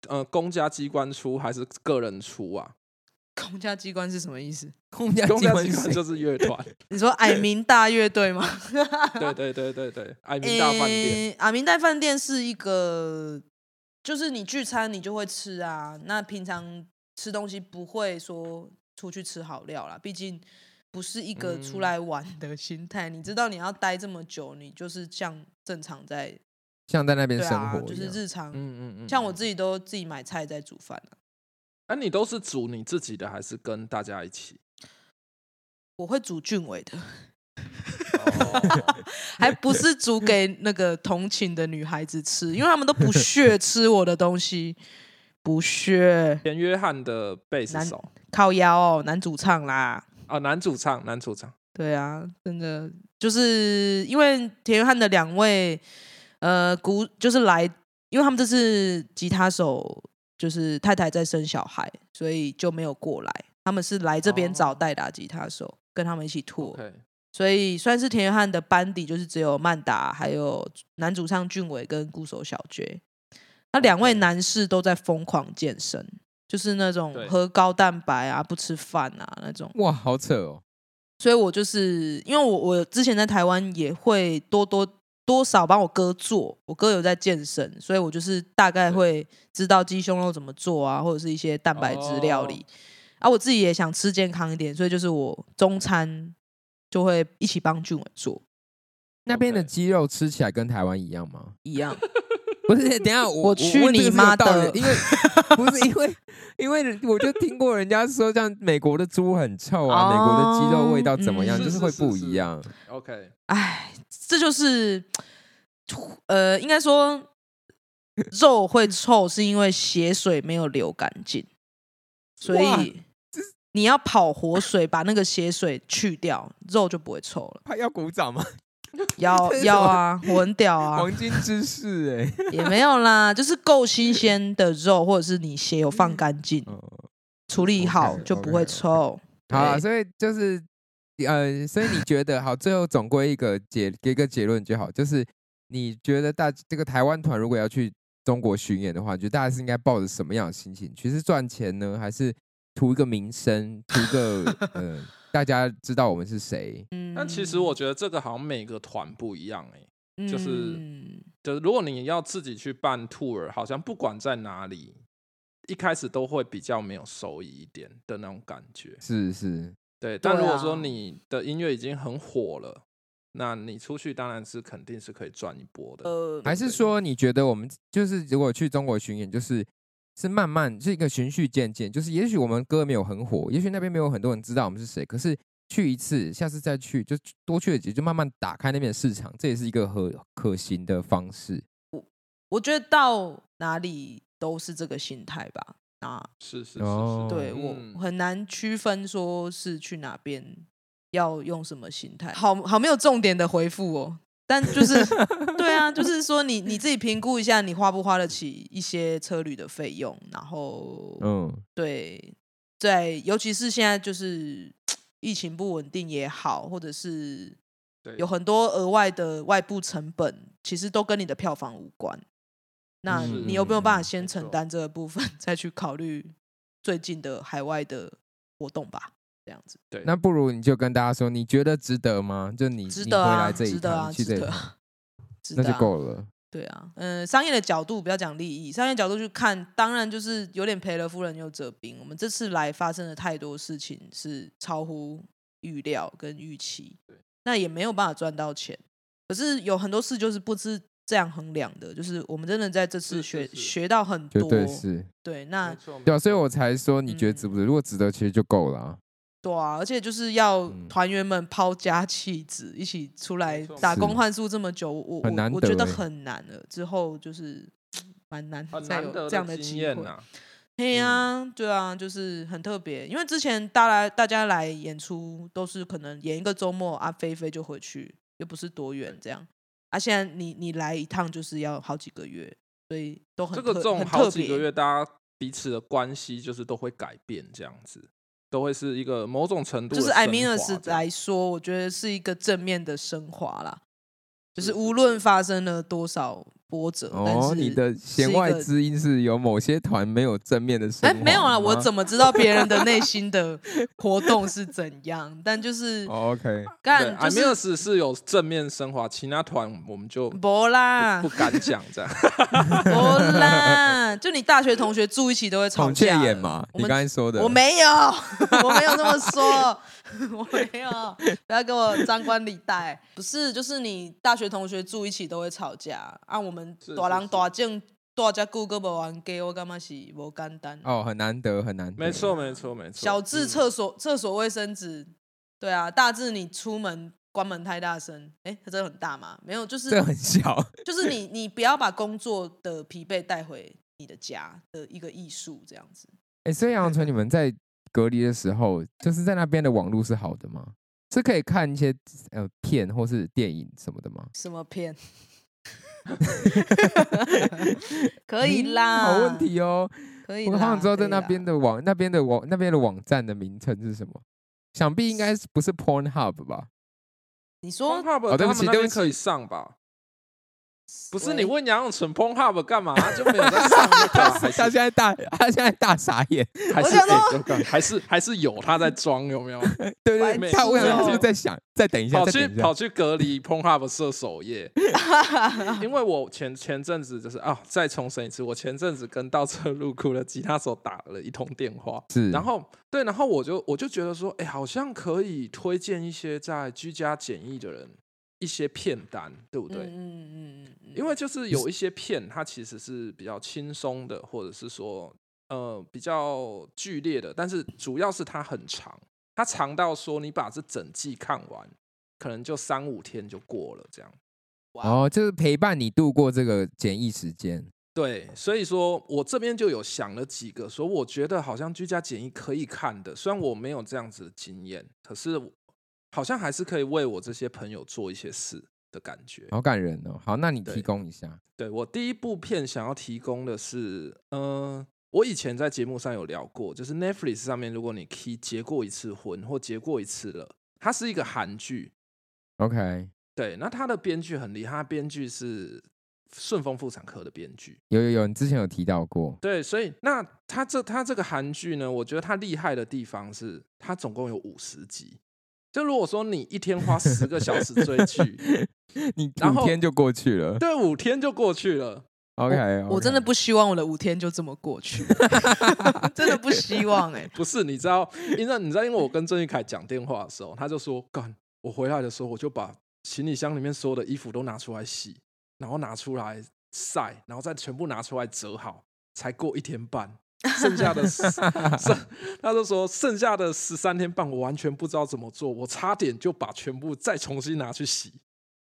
Speaker 2: 呃公家机关出还是个人出啊？
Speaker 3: 公家机关是什么意思？
Speaker 1: 公家
Speaker 2: 公
Speaker 1: 机
Speaker 2: 家
Speaker 1: 关
Speaker 2: 机关
Speaker 1: 是
Speaker 2: 就是乐
Speaker 3: [LAUGHS]
Speaker 2: 团。
Speaker 3: 你说矮明大乐队吗？
Speaker 2: 对对对对
Speaker 3: [LAUGHS]
Speaker 2: 对，爱民大饭店。
Speaker 3: 诶啊，明代饭店是一个，就是你聚餐你就会吃啊，那平常吃东西不会说出去吃好料啦，毕竟不是一个出
Speaker 2: 嗯
Speaker 3: 来玩的心态。你知道你要待这么久，你就是像正常在
Speaker 1: 像在那边
Speaker 3: 对
Speaker 1: 生
Speaker 3: 啊
Speaker 1: 活，
Speaker 3: 就
Speaker 1: 一
Speaker 3: 是
Speaker 1: 样。
Speaker 3: 日
Speaker 2: 嗯
Speaker 3: 常。
Speaker 2: 嗯嗯，
Speaker 3: 像我自
Speaker 2: 己，
Speaker 3: 己都自己买菜在煮饭啊、
Speaker 2: 哎、你都是煮你自己的，还是跟大家一起？
Speaker 3: 我会煮俊伟的，
Speaker 2: [LAUGHS] 哦
Speaker 3: [LAUGHS] 还不是煮给那个同寝的女孩子吃，因为他们都不屑吃我的东西， [LAUGHS] 不屑。
Speaker 2: 田约翰的贝斯
Speaker 3: 男
Speaker 2: 手
Speaker 3: 靠腰哦，男主唱啦。
Speaker 2: 啊，男主唱，男主唱，
Speaker 3: 对啊，真的就是因为田约翰的两位呃鼓就是来，因为他们这次吉他手就是太太在生小孩，所以就没有过来。他们是来这边找
Speaker 2: 哦
Speaker 3: 代打吉他手，跟他们一起 tour，、
Speaker 2: OK，
Speaker 3: 所以算是田约翰的班底，就是只有曼达，还有男主唱俊伟跟鼓手小爵。那两位
Speaker 2: OK
Speaker 3: 男士都在疯狂健身，就是那种
Speaker 2: 对
Speaker 3: 喝高蛋白啊、不吃饭啊那种。
Speaker 1: 哇，好扯哦！
Speaker 3: 所以我就是因为我我之前在台湾也会多多多少帮我哥做，我哥有在健身，所以我就是大概会知道鸡胸肉怎么做啊，或者是一些蛋白质料
Speaker 2: 哦
Speaker 3: 理。啊，我自己也想吃健康一点，所以就是我中餐就会一起帮俊伟做
Speaker 1: 那边的
Speaker 2: OK
Speaker 1: 鸡肉吃起来跟台湾一样吗？
Speaker 3: 一样。
Speaker 1: 不是，等一下 [LAUGHS] 我
Speaker 3: 我去
Speaker 1: 问这个
Speaker 3: 你
Speaker 1: 是有
Speaker 3: 妈
Speaker 1: 道理
Speaker 3: 的
Speaker 1: 因 [LAUGHS] 为不是因为因为我就听过人家说，像美国的猪很臭啊，美国的鸡肉味道怎么样，
Speaker 2: 哦嗯
Speaker 1: 就是会不一样。
Speaker 2: OK，
Speaker 3: 唉，这就是呃，应该说肉会
Speaker 1: 嗯
Speaker 3: 臭，是因为血水没有流干净，所
Speaker 1: 哇
Speaker 3: 以你要跑活水，把那个血水去掉，肉就不会臭了。
Speaker 1: 他要鼓掌吗？
Speaker 3: 要
Speaker 1: 这是
Speaker 3: 要
Speaker 1: 什么
Speaker 3: 啊，我很屌啊，
Speaker 1: 黄金知识哎、
Speaker 3: 也没有啦，就是够新鲜的肉，或者是你血有
Speaker 1: 嗯
Speaker 3: 放干净，
Speaker 1: [LAUGHS]
Speaker 2: 嗯
Speaker 1: 哦
Speaker 3: 处理好
Speaker 1: OK，
Speaker 3: 就不会
Speaker 1: OK，OK
Speaker 3: 臭。
Speaker 1: 好啦，
Speaker 3: 对
Speaker 1: 所以就是呃，所以你觉得好，最后总归一个结，给一个结论就好，就是你觉得大这个台湾团如果要去中国巡演的话，你觉得大家是应该抱着什么样的心情去？是赚钱呢，还是图一个名声，图一个呃，大家知道我们是谁？
Speaker 3: 嗯
Speaker 2: 但其实我觉得这个好像每个团不一样哎、就是
Speaker 3: 嗯
Speaker 2: 就是如果你要自己去办 tour，好像不管在哪里，一开始都会比较没有收益一点的那种感觉。
Speaker 1: 是是，
Speaker 2: 对，但
Speaker 3: 对
Speaker 2: 如果说
Speaker 3: 啊
Speaker 2: 你的音乐已经很火了，那你出去当然是肯定是可以赚一波的。
Speaker 3: 呃，
Speaker 1: 还是说你觉得我们就是如果去中国巡演，就是是慢慢是一个循序渐进，就是也许我们歌没有很火，也许那边没有很多人知道我们是谁，可是去一次，下次再去，就多去了几，就慢慢打开那边的市场，这也是一个可可行的方式。
Speaker 3: 我觉得到哪里都是这个心态吧。啊，
Speaker 2: 是是是是，
Speaker 1: 哦
Speaker 3: 对、
Speaker 2: 嗯
Speaker 3: 我很难区分说是去哪边要用什么心态？好好没有重点的回复哦。但就是， [LAUGHS] 对啊，就是说你你自己评估一下，你花不花得起一些车旅的费用，然后
Speaker 1: 嗯，
Speaker 3: 对，在尤其是现在就是疫情不稳定也好，或者是
Speaker 2: 对
Speaker 3: 有很多额外的外部成本，其实都跟你的票房无关。那
Speaker 1: 嗯
Speaker 3: 你有没有办
Speaker 1: 嗯嗯
Speaker 3: 法先
Speaker 2: 没
Speaker 3: 承
Speaker 2: 错
Speaker 3: 担这个部分， [LAUGHS] 再去考虑最近的海外的活动吧？这样子
Speaker 2: 对，
Speaker 1: 那不如你就跟大家说，你觉得值得吗？就你
Speaker 3: 值
Speaker 1: 嗯你
Speaker 3: 得
Speaker 1: 回
Speaker 3: 啊，
Speaker 1: 来这一
Speaker 3: 值得啊，
Speaker 1: 趟，去
Speaker 3: 值
Speaker 1: 这一
Speaker 3: 得
Speaker 1: 趟，
Speaker 3: 啊， [LAUGHS] 值
Speaker 1: 那
Speaker 3: 得
Speaker 1: 就
Speaker 3: 啊
Speaker 1: 够了。
Speaker 3: 对啊，嗯、商业的角度不要讲利益，商业角度去看，当然就是有点赔了夫人又折兵。我们这次来发生了太多事情是超乎预料跟预期
Speaker 2: 对，
Speaker 3: 那也没有办法赚到钱。可是有很多事就是不是这样衡量的，就是我们真的在这次
Speaker 2: 是
Speaker 3: 学
Speaker 2: 是是
Speaker 3: 学到很
Speaker 1: 绝
Speaker 3: 多，
Speaker 1: 对是，
Speaker 3: 对，那
Speaker 2: 没错，
Speaker 1: 对啊，所以我才说你觉得
Speaker 3: 嗯
Speaker 1: 值不值？如果值得，其实就够了啊。
Speaker 3: 对啊，而且就是要
Speaker 1: 嗯
Speaker 3: 团员们抛家弃子，一起出来
Speaker 2: 错
Speaker 3: 打工
Speaker 1: 是
Speaker 3: 换宿这么久，我我
Speaker 1: 很难
Speaker 3: 我
Speaker 1: 得
Speaker 3: 觉得
Speaker 1: 欸
Speaker 3: 很难了。之后就是蛮难
Speaker 2: 很
Speaker 3: 再
Speaker 2: 难
Speaker 3: 有
Speaker 2: 得
Speaker 3: 这样
Speaker 2: 的经
Speaker 3: 机
Speaker 2: 验啊
Speaker 3: 会。
Speaker 2: 呐，
Speaker 3: 对呀、
Speaker 1: 嗯
Speaker 3: 对啊，就是很特别，因为之前大家大家来演出都是可能演一个周末啊，飞一飞就回去，又不是多远这样。啊，现在你你来一趟就是要好几个月，所以都很
Speaker 2: 这个
Speaker 3: 特
Speaker 2: 这种
Speaker 3: 很
Speaker 2: 好
Speaker 3: 特
Speaker 2: 几个
Speaker 3: 别
Speaker 2: 月，大家彼此的关系就是都会改变，这样子都会是一个某种程度
Speaker 3: 就是
Speaker 2: 的
Speaker 3: I
Speaker 2: 升
Speaker 3: mean
Speaker 2: 华
Speaker 3: us
Speaker 2: 这样
Speaker 3: 来说，我觉得是一个正面的升华啦。就是
Speaker 2: 是
Speaker 3: 无
Speaker 2: 是
Speaker 3: 论
Speaker 2: 是
Speaker 3: 发生了多少波折，但
Speaker 1: 哦
Speaker 3: 是，
Speaker 1: 你的弦
Speaker 3: 是一
Speaker 1: 外
Speaker 3: 个
Speaker 1: 之音是有某些团没有正面的
Speaker 3: 哎、
Speaker 1: 升华吗。
Speaker 3: 没有啊，我怎么知道别人的内心的活动是怎样？但就是
Speaker 1: 哦？OK，
Speaker 2: 对
Speaker 3: 干
Speaker 2: ，I
Speaker 3: 就
Speaker 2: mean
Speaker 3: 是
Speaker 2: us 是有正面升华，其他团我们
Speaker 3: [LAUGHS]
Speaker 2: 就不
Speaker 3: 博啦
Speaker 2: 不，敢讲这
Speaker 3: [LAUGHS]
Speaker 2: 样。
Speaker 3: 博啦，就你大学同学住一起都会吵
Speaker 1: 孔雀
Speaker 3: 架
Speaker 1: 眼
Speaker 3: 了
Speaker 1: 嘛，
Speaker 3: 我
Speaker 1: 你
Speaker 3: 们
Speaker 1: 刚才说的。
Speaker 3: 我没有， [LAUGHS] 我没有这么说， [LAUGHS] 我没有，不要给我张冠李戴。不是，就是你大学同学住一起都会吵架啊。我们
Speaker 2: 是
Speaker 3: 大
Speaker 2: 是是
Speaker 3: 人大正大家顾个无玩家，我感觉是无简单。
Speaker 1: 哦，很难得，很难得。
Speaker 2: 没错，没错，没错。
Speaker 3: 小至
Speaker 2: 啊嗯
Speaker 3: 厕所厕所卫生纸，对啊，大至你出门关门太大声，哎、它真的很大吗？没有，就是
Speaker 1: 这很小。
Speaker 3: 就是你你不要把工作的疲惫带回你的家的一个艺术，这样子。
Speaker 1: 哎，所以杨纯，你们在隔离的时候，就是在那边的网络是好的吗？是可以看一些呃片或是电影什么的吗？
Speaker 3: 什么片？
Speaker 2: [LAUGHS]
Speaker 3: 可以
Speaker 1: 嗯
Speaker 3: 啦，
Speaker 1: 好问，题哦。
Speaker 3: 可以
Speaker 1: 我
Speaker 3: 啦。
Speaker 1: 好想知道
Speaker 3: 可
Speaker 1: 在
Speaker 3: 以
Speaker 1: 那
Speaker 3: 啦
Speaker 1: 边的网、那边的网、那边的网站的名称是什么？想必应该是不是 Pornhub 吧？
Speaker 3: 你说
Speaker 2: Pornhub，、
Speaker 1: 哦对不
Speaker 2: 他
Speaker 1: 起
Speaker 2: 们那
Speaker 1: 对不
Speaker 2: 边可以
Speaker 1: 起
Speaker 2: 上吧？不是
Speaker 3: 喂
Speaker 2: 你问杨永成 Pornhub 干嘛？就没有在
Speaker 3: [LAUGHS]
Speaker 2: 上面啊还
Speaker 1: 他现
Speaker 2: 是
Speaker 1: 在大，他现在大傻眼。
Speaker 2: 还
Speaker 3: 我
Speaker 2: 是、
Speaker 3: 想说
Speaker 2: 有可能还是还是有他在装有没有？
Speaker 1: 对
Speaker 3: 白
Speaker 1: 对
Speaker 2: 痴
Speaker 1: 他为什么
Speaker 2: 哦
Speaker 1: 是不是在想？再等一下，
Speaker 2: 跑
Speaker 1: 再
Speaker 2: 去
Speaker 1: 等一下
Speaker 2: 跑。去隔离 Pornhub 射首
Speaker 1: [LAUGHS]
Speaker 2: 页，因为我前前阵子就是啊，再重申一次，我前阵子跟倒车入库的吉他手打了一通电话，
Speaker 1: 是，
Speaker 2: 然后对，然后我就我就觉得说，哎，好像可以推荐一些在居家检疫的人一些片单，对不
Speaker 3: 嗯
Speaker 2: 对？
Speaker 3: 嗯嗯嗯，
Speaker 2: 因为就是有一些片，它其实是比较轻松的，或者是说呃比较剧烈的，但是主要是它很长，它长到说你把这整季看完，可能就三五天就过了这样。
Speaker 1: 哦，就是陪伴你度过这个检疫时间。
Speaker 2: 对，所以说我这边就有想了几个，说我觉得好像居家检疫可以看的，虽然我没有这样子的经验，可是我好像还是可以为我这些朋友做一些事的感觉。
Speaker 1: 好感人哦。好，那你
Speaker 2: 对
Speaker 1: 提供一下。
Speaker 2: 对我第一部片想要提供的是，嗯、我以前在节目上有聊过，就是 Netflix 上面，如果你 key 结过一次婚或结过一次了，它是一个韩剧。
Speaker 1: OK，
Speaker 2: 对，那它的编剧很厉害，它编剧是顺丰妇产科的编剧。
Speaker 1: 有有有，你之前有提到过。
Speaker 2: 对，所以那它这它这个韩剧呢，我觉得它厉害的地方是，它总共有五十集。就如果说你一天花十个小时追剧，
Speaker 1: [LAUGHS] 你
Speaker 2: [LAUGHS] 然
Speaker 1: 五
Speaker 2: 后
Speaker 1: 天就过去了。
Speaker 2: 对，五天就过去了。
Speaker 1: OK，
Speaker 3: 我真的不希望我的五天就这么过去， [LAUGHS] 真的不希望哎、
Speaker 2: [LAUGHS] 不是，你知道，因为你知道，因为我跟郑玉凯讲电话的时候，他就说：“干，我回来的时候我就把行李箱里面所有的衣服都拿出来洗，然后拿出来晒，然后再全部拿出来折好，才过一天半。剩下的十剩，他就说剩下的十三天半，我完全不知道怎么做，我差点就把全部再重新拿去洗。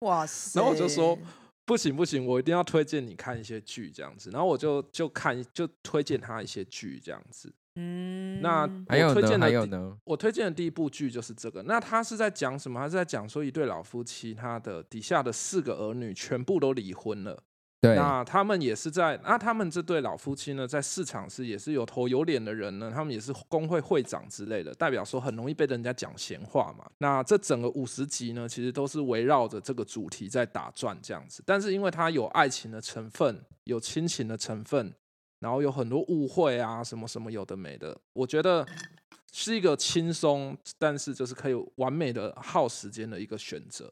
Speaker 3: 哇塞！
Speaker 2: 然后我就说不行不行，我一定要推荐你看一些剧这样子。然后我就就看就推荐他一些剧这样子。
Speaker 3: 嗯，
Speaker 2: 那
Speaker 1: 还有
Speaker 2: 我推
Speaker 1: 呢？
Speaker 2: 荐的
Speaker 1: 还有
Speaker 2: 第
Speaker 1: 呢？
Speaker 2: 我推荐的第一部剧就是这个。那他是在讲什么？他是在讲说一对老夫妻，他的底下的四个儿女全部都离婚了。
Speaker 1: 对，
Speaker 2: 那他们也是在，那他们这对老夫妻呢，在市场是也是有头有脸的人呢，他们也是工会会长之类的，代表说很容易被人家讲闲话嘛。那这整个五十集呢，其实都是围绕着这个主题在打转这样子。但是因为它有爱情的成分，有亲情的成分，然后有很多误会啊，什么什么有的没的，我觉得是一个轻松，但是就是可以完美的耗时间的一个选择。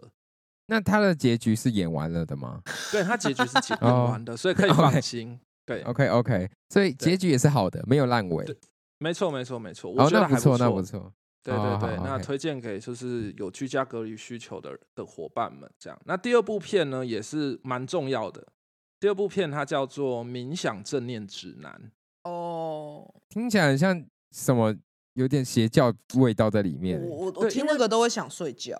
Speaker 1: 那他的结局是演完了的吗
Speaker 2: 对，它结局是
Speaker 1: [LAUGHS]
Speaker 2: 解不
Speaker 1: 哦
Speaker 2: 完的，所以可以
Speaker 1: OK
Speaker 2: 放心。对，
Speaker 1: ？OK OK，所以
Speaker 2: 对
Speaker 1: 结局也是好的，没有烂尾。
Speaker 2: 对没错，没错，没错，我
Speaker 1: 哦，
Speaker 2: 觉得
Speaker 1: 那
Speaker 2: 还
Speaker 1: 错，那
Speaker 2: 不
Speaker 1: 不。错。
Speaker 2: 对
Speaker 1: 哦
Speaker 2: 对
Speaker 1: 好
Speaker 2: 对，
Speaker 1: 好
Speaker 2: 那
Speaker 1: OK
Speaker 2: 推荐给就是有居家隔离需求的的伙伴们，这样。那第二部片呢，也是蛮重要的。第二部片它叫做《冥想正念指南
Speaker 3: 哦，
Speaker 1: 听起来很像什么，有点邪教味道在里
Speaker 3: 我
Speaker 1: 面。
Speaker 3: 我
Speaker 2: 对
Speaker 3: 我
Speaker 2: 因
Speaker 3: 听那
Speaker 2: 为
Speaker 3: 个都会想
Speaker 2: [LAUGHS]
Speaker 3: 睡觉，》。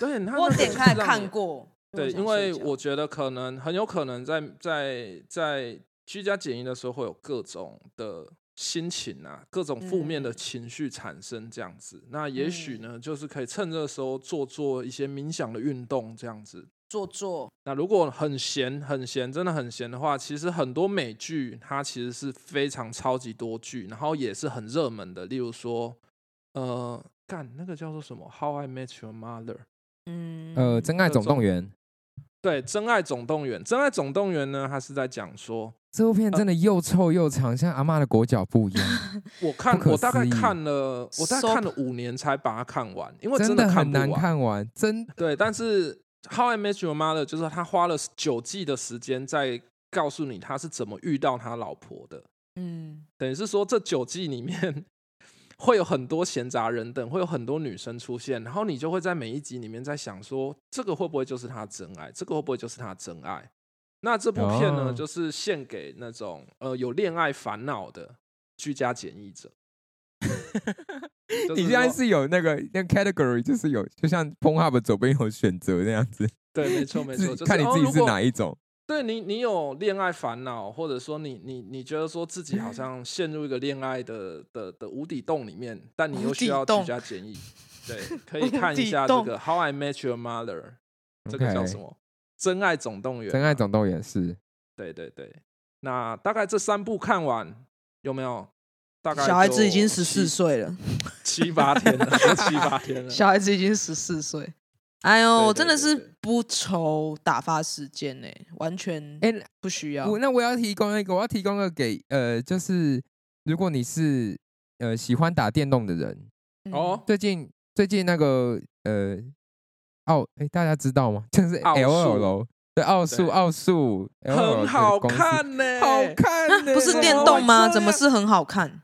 Speaker 2: 对，它
Speaker 3: 我
Speaker 2: 那个
Speaker 3: 点
Speaker 2: 就是
Speaker 3: 开来
Speaker 2: 让
Speaker 3: 看
Speaker 2: 你。
Speaker 3: 过。
Speaker 2: 对，
Speaker 3: 想
Speaker 2: 因为
Speaker 3: 睡觉
Speaker 2: 我觉得可能很有可能在在在居家检疫的时候会有各种的心情啊，各种负面的
Speaker 3: 嗯
Speaker 2: 情绪产生这样子。那也许呢，就是可以趁这个时候做做一些冥想的运动这样子。
Speaker 3: 做做，
Speaker 2: 那如果很闲很闲，真的很闲的话，其实很多美剧它其实是非常超级多剧，然后也是很热门的。例如说，呃，干那个叫做什么《How I Met Your Mother》。
Speaker 3: 嗯，
Speaker 1: 呃，《真爱
Speaker 2: 各种
Speaker 1: 总动员》
Speaker 2: 对，《真爱总动员》，《真爱总动员》呢，它是在讲说，
Speaker 1: 这部
Speaker 2: 呃
Speaker 1: 片真的又臭又长，像阿嬷的裹脚布一样，
Speaker 2: [LAUGHS] 我看
Speaker 1: 不可
Speaker 2: 我大概
Speaker 1: 思议
Speaker 2: 看了，我大概
Speaker 3: Soap
Speaker 2: 看了五年才把它看完，因为
Speaker 1: 真
Speaker 2: 的看
Speaker 1: 很
Speaker 2: 不
Speaker 1: 难
Speaker 2: 完。
Speaker 1: 看完。真
Speaker 2: 对，但是《How I Met Your Mother》就是他花了九季的时间在告诉你他是怎么遇到他老婆的，
Speaker 3: 嗯，
Speaker 2: 等于是说这九季里面 [LAUGHS] 会有很多闲杂人等，会有很多女生出现，然后你就会在每一集里面在想说，这个会不会就是他真爱？这个会不会就是他真爱？那这部片呢，
Speaker 1: 哦
Speaker 2: 就是献给那种呃有恋爱烦恼的居家检
Speaker 1: [LAUGHS]
Speaker 2: 疫者。就是
Speaker 1: 你现在
Speaker 2: 说
Speaker 1: 是有那个那 category，就是有，就像 p o n h u b 左边有选择那样子，
Speaker 2: 对，没错没
Speaker 1: 自
Speaker 2: 错，
Speaker 1: 己
Speaker 2: 就是哦
Speaker 1: 看你自己是哪
Speaker 2: 一。
Speaker 1: 一种。
Speaker 2: 对你，你有恋爱烦恼，或者说你你你觉得说自
Speaker 3: 嗯
Speaker 2: 己好像陷入一个恋爱的的的无底洞里面，但你
Speaker 3: 无
Speaker 2: 又需
Speaker 3: 底
Speaker 2: 要居
Speaker 3: 洞
Speaker 2: 家检
Speaker 3: [LAUGHS]
Speaker 2: 疫，对，可
Speaker 3: 无
Speaker 2: 以看一
Speaker 3: 底
Speaker 2: 下这
Speaker 3: 洞
Speaker 2: 个《How I Met Your Mother》，这个
Speaker 1: OK
Speaker 2: 叫什么？啊真爱总动员》。
Speaker 1: 真爱，总动员是
Speaker 2: 对对对。那大概这三部看完有没有？大概
Speaker 3: 小孩子已经
Speaker 2: 就
Speaker 3: 十四
Speaker 2: 七
Speaker 3: 岁了，
Speaker 2: 七八天了，就七八天了。
Speaker 3: [LAUGHS] 小孩子已经十四岁。哎呦，
Speaker 2: 对
Speaker 3: 我
Speaker 2: 对
Speaker 3: 真的
Speaker 2: 对对
Speaker 3: 是不愁打发时间呢、完全
Speaker 1: 哎，
Speaker 3: 不需
Speaker 2: 啊
Speaker 3: 要。
Speaker 1: 我那我要提供一个，我要提供一个给呃，就是如果你是呃喜欢打电动的人，
Speaker 3: 嗯
Speaker 2: 哦，
Speaker 1: 最近最近那个呃奥哎大家知道吗？就是
Speaker 2: 奥数
Speaker 1: L L 对奥数
Speaker 2: 对
Speaker 1: 奥数
Speaker 3: 哦
Speaker 2: 很好，
Speaker 1: LOL
Speaker 2: 看呢、
Speaker 1: 这个公司好
Speaker 3: 啊
Speaker 1: 看呢，
Speaker 3: [LAUGHS] 不是
Speaker 2: 对
Speaker 3: 电
Speaker 2: 怎么
Speaker 3: 动
Speaker 2: 会
Speaker 3: 吗？
Speaker 2: 这
Speaker 3: 怎么
Speaker 2: 样
Speaker 3: 是很好看？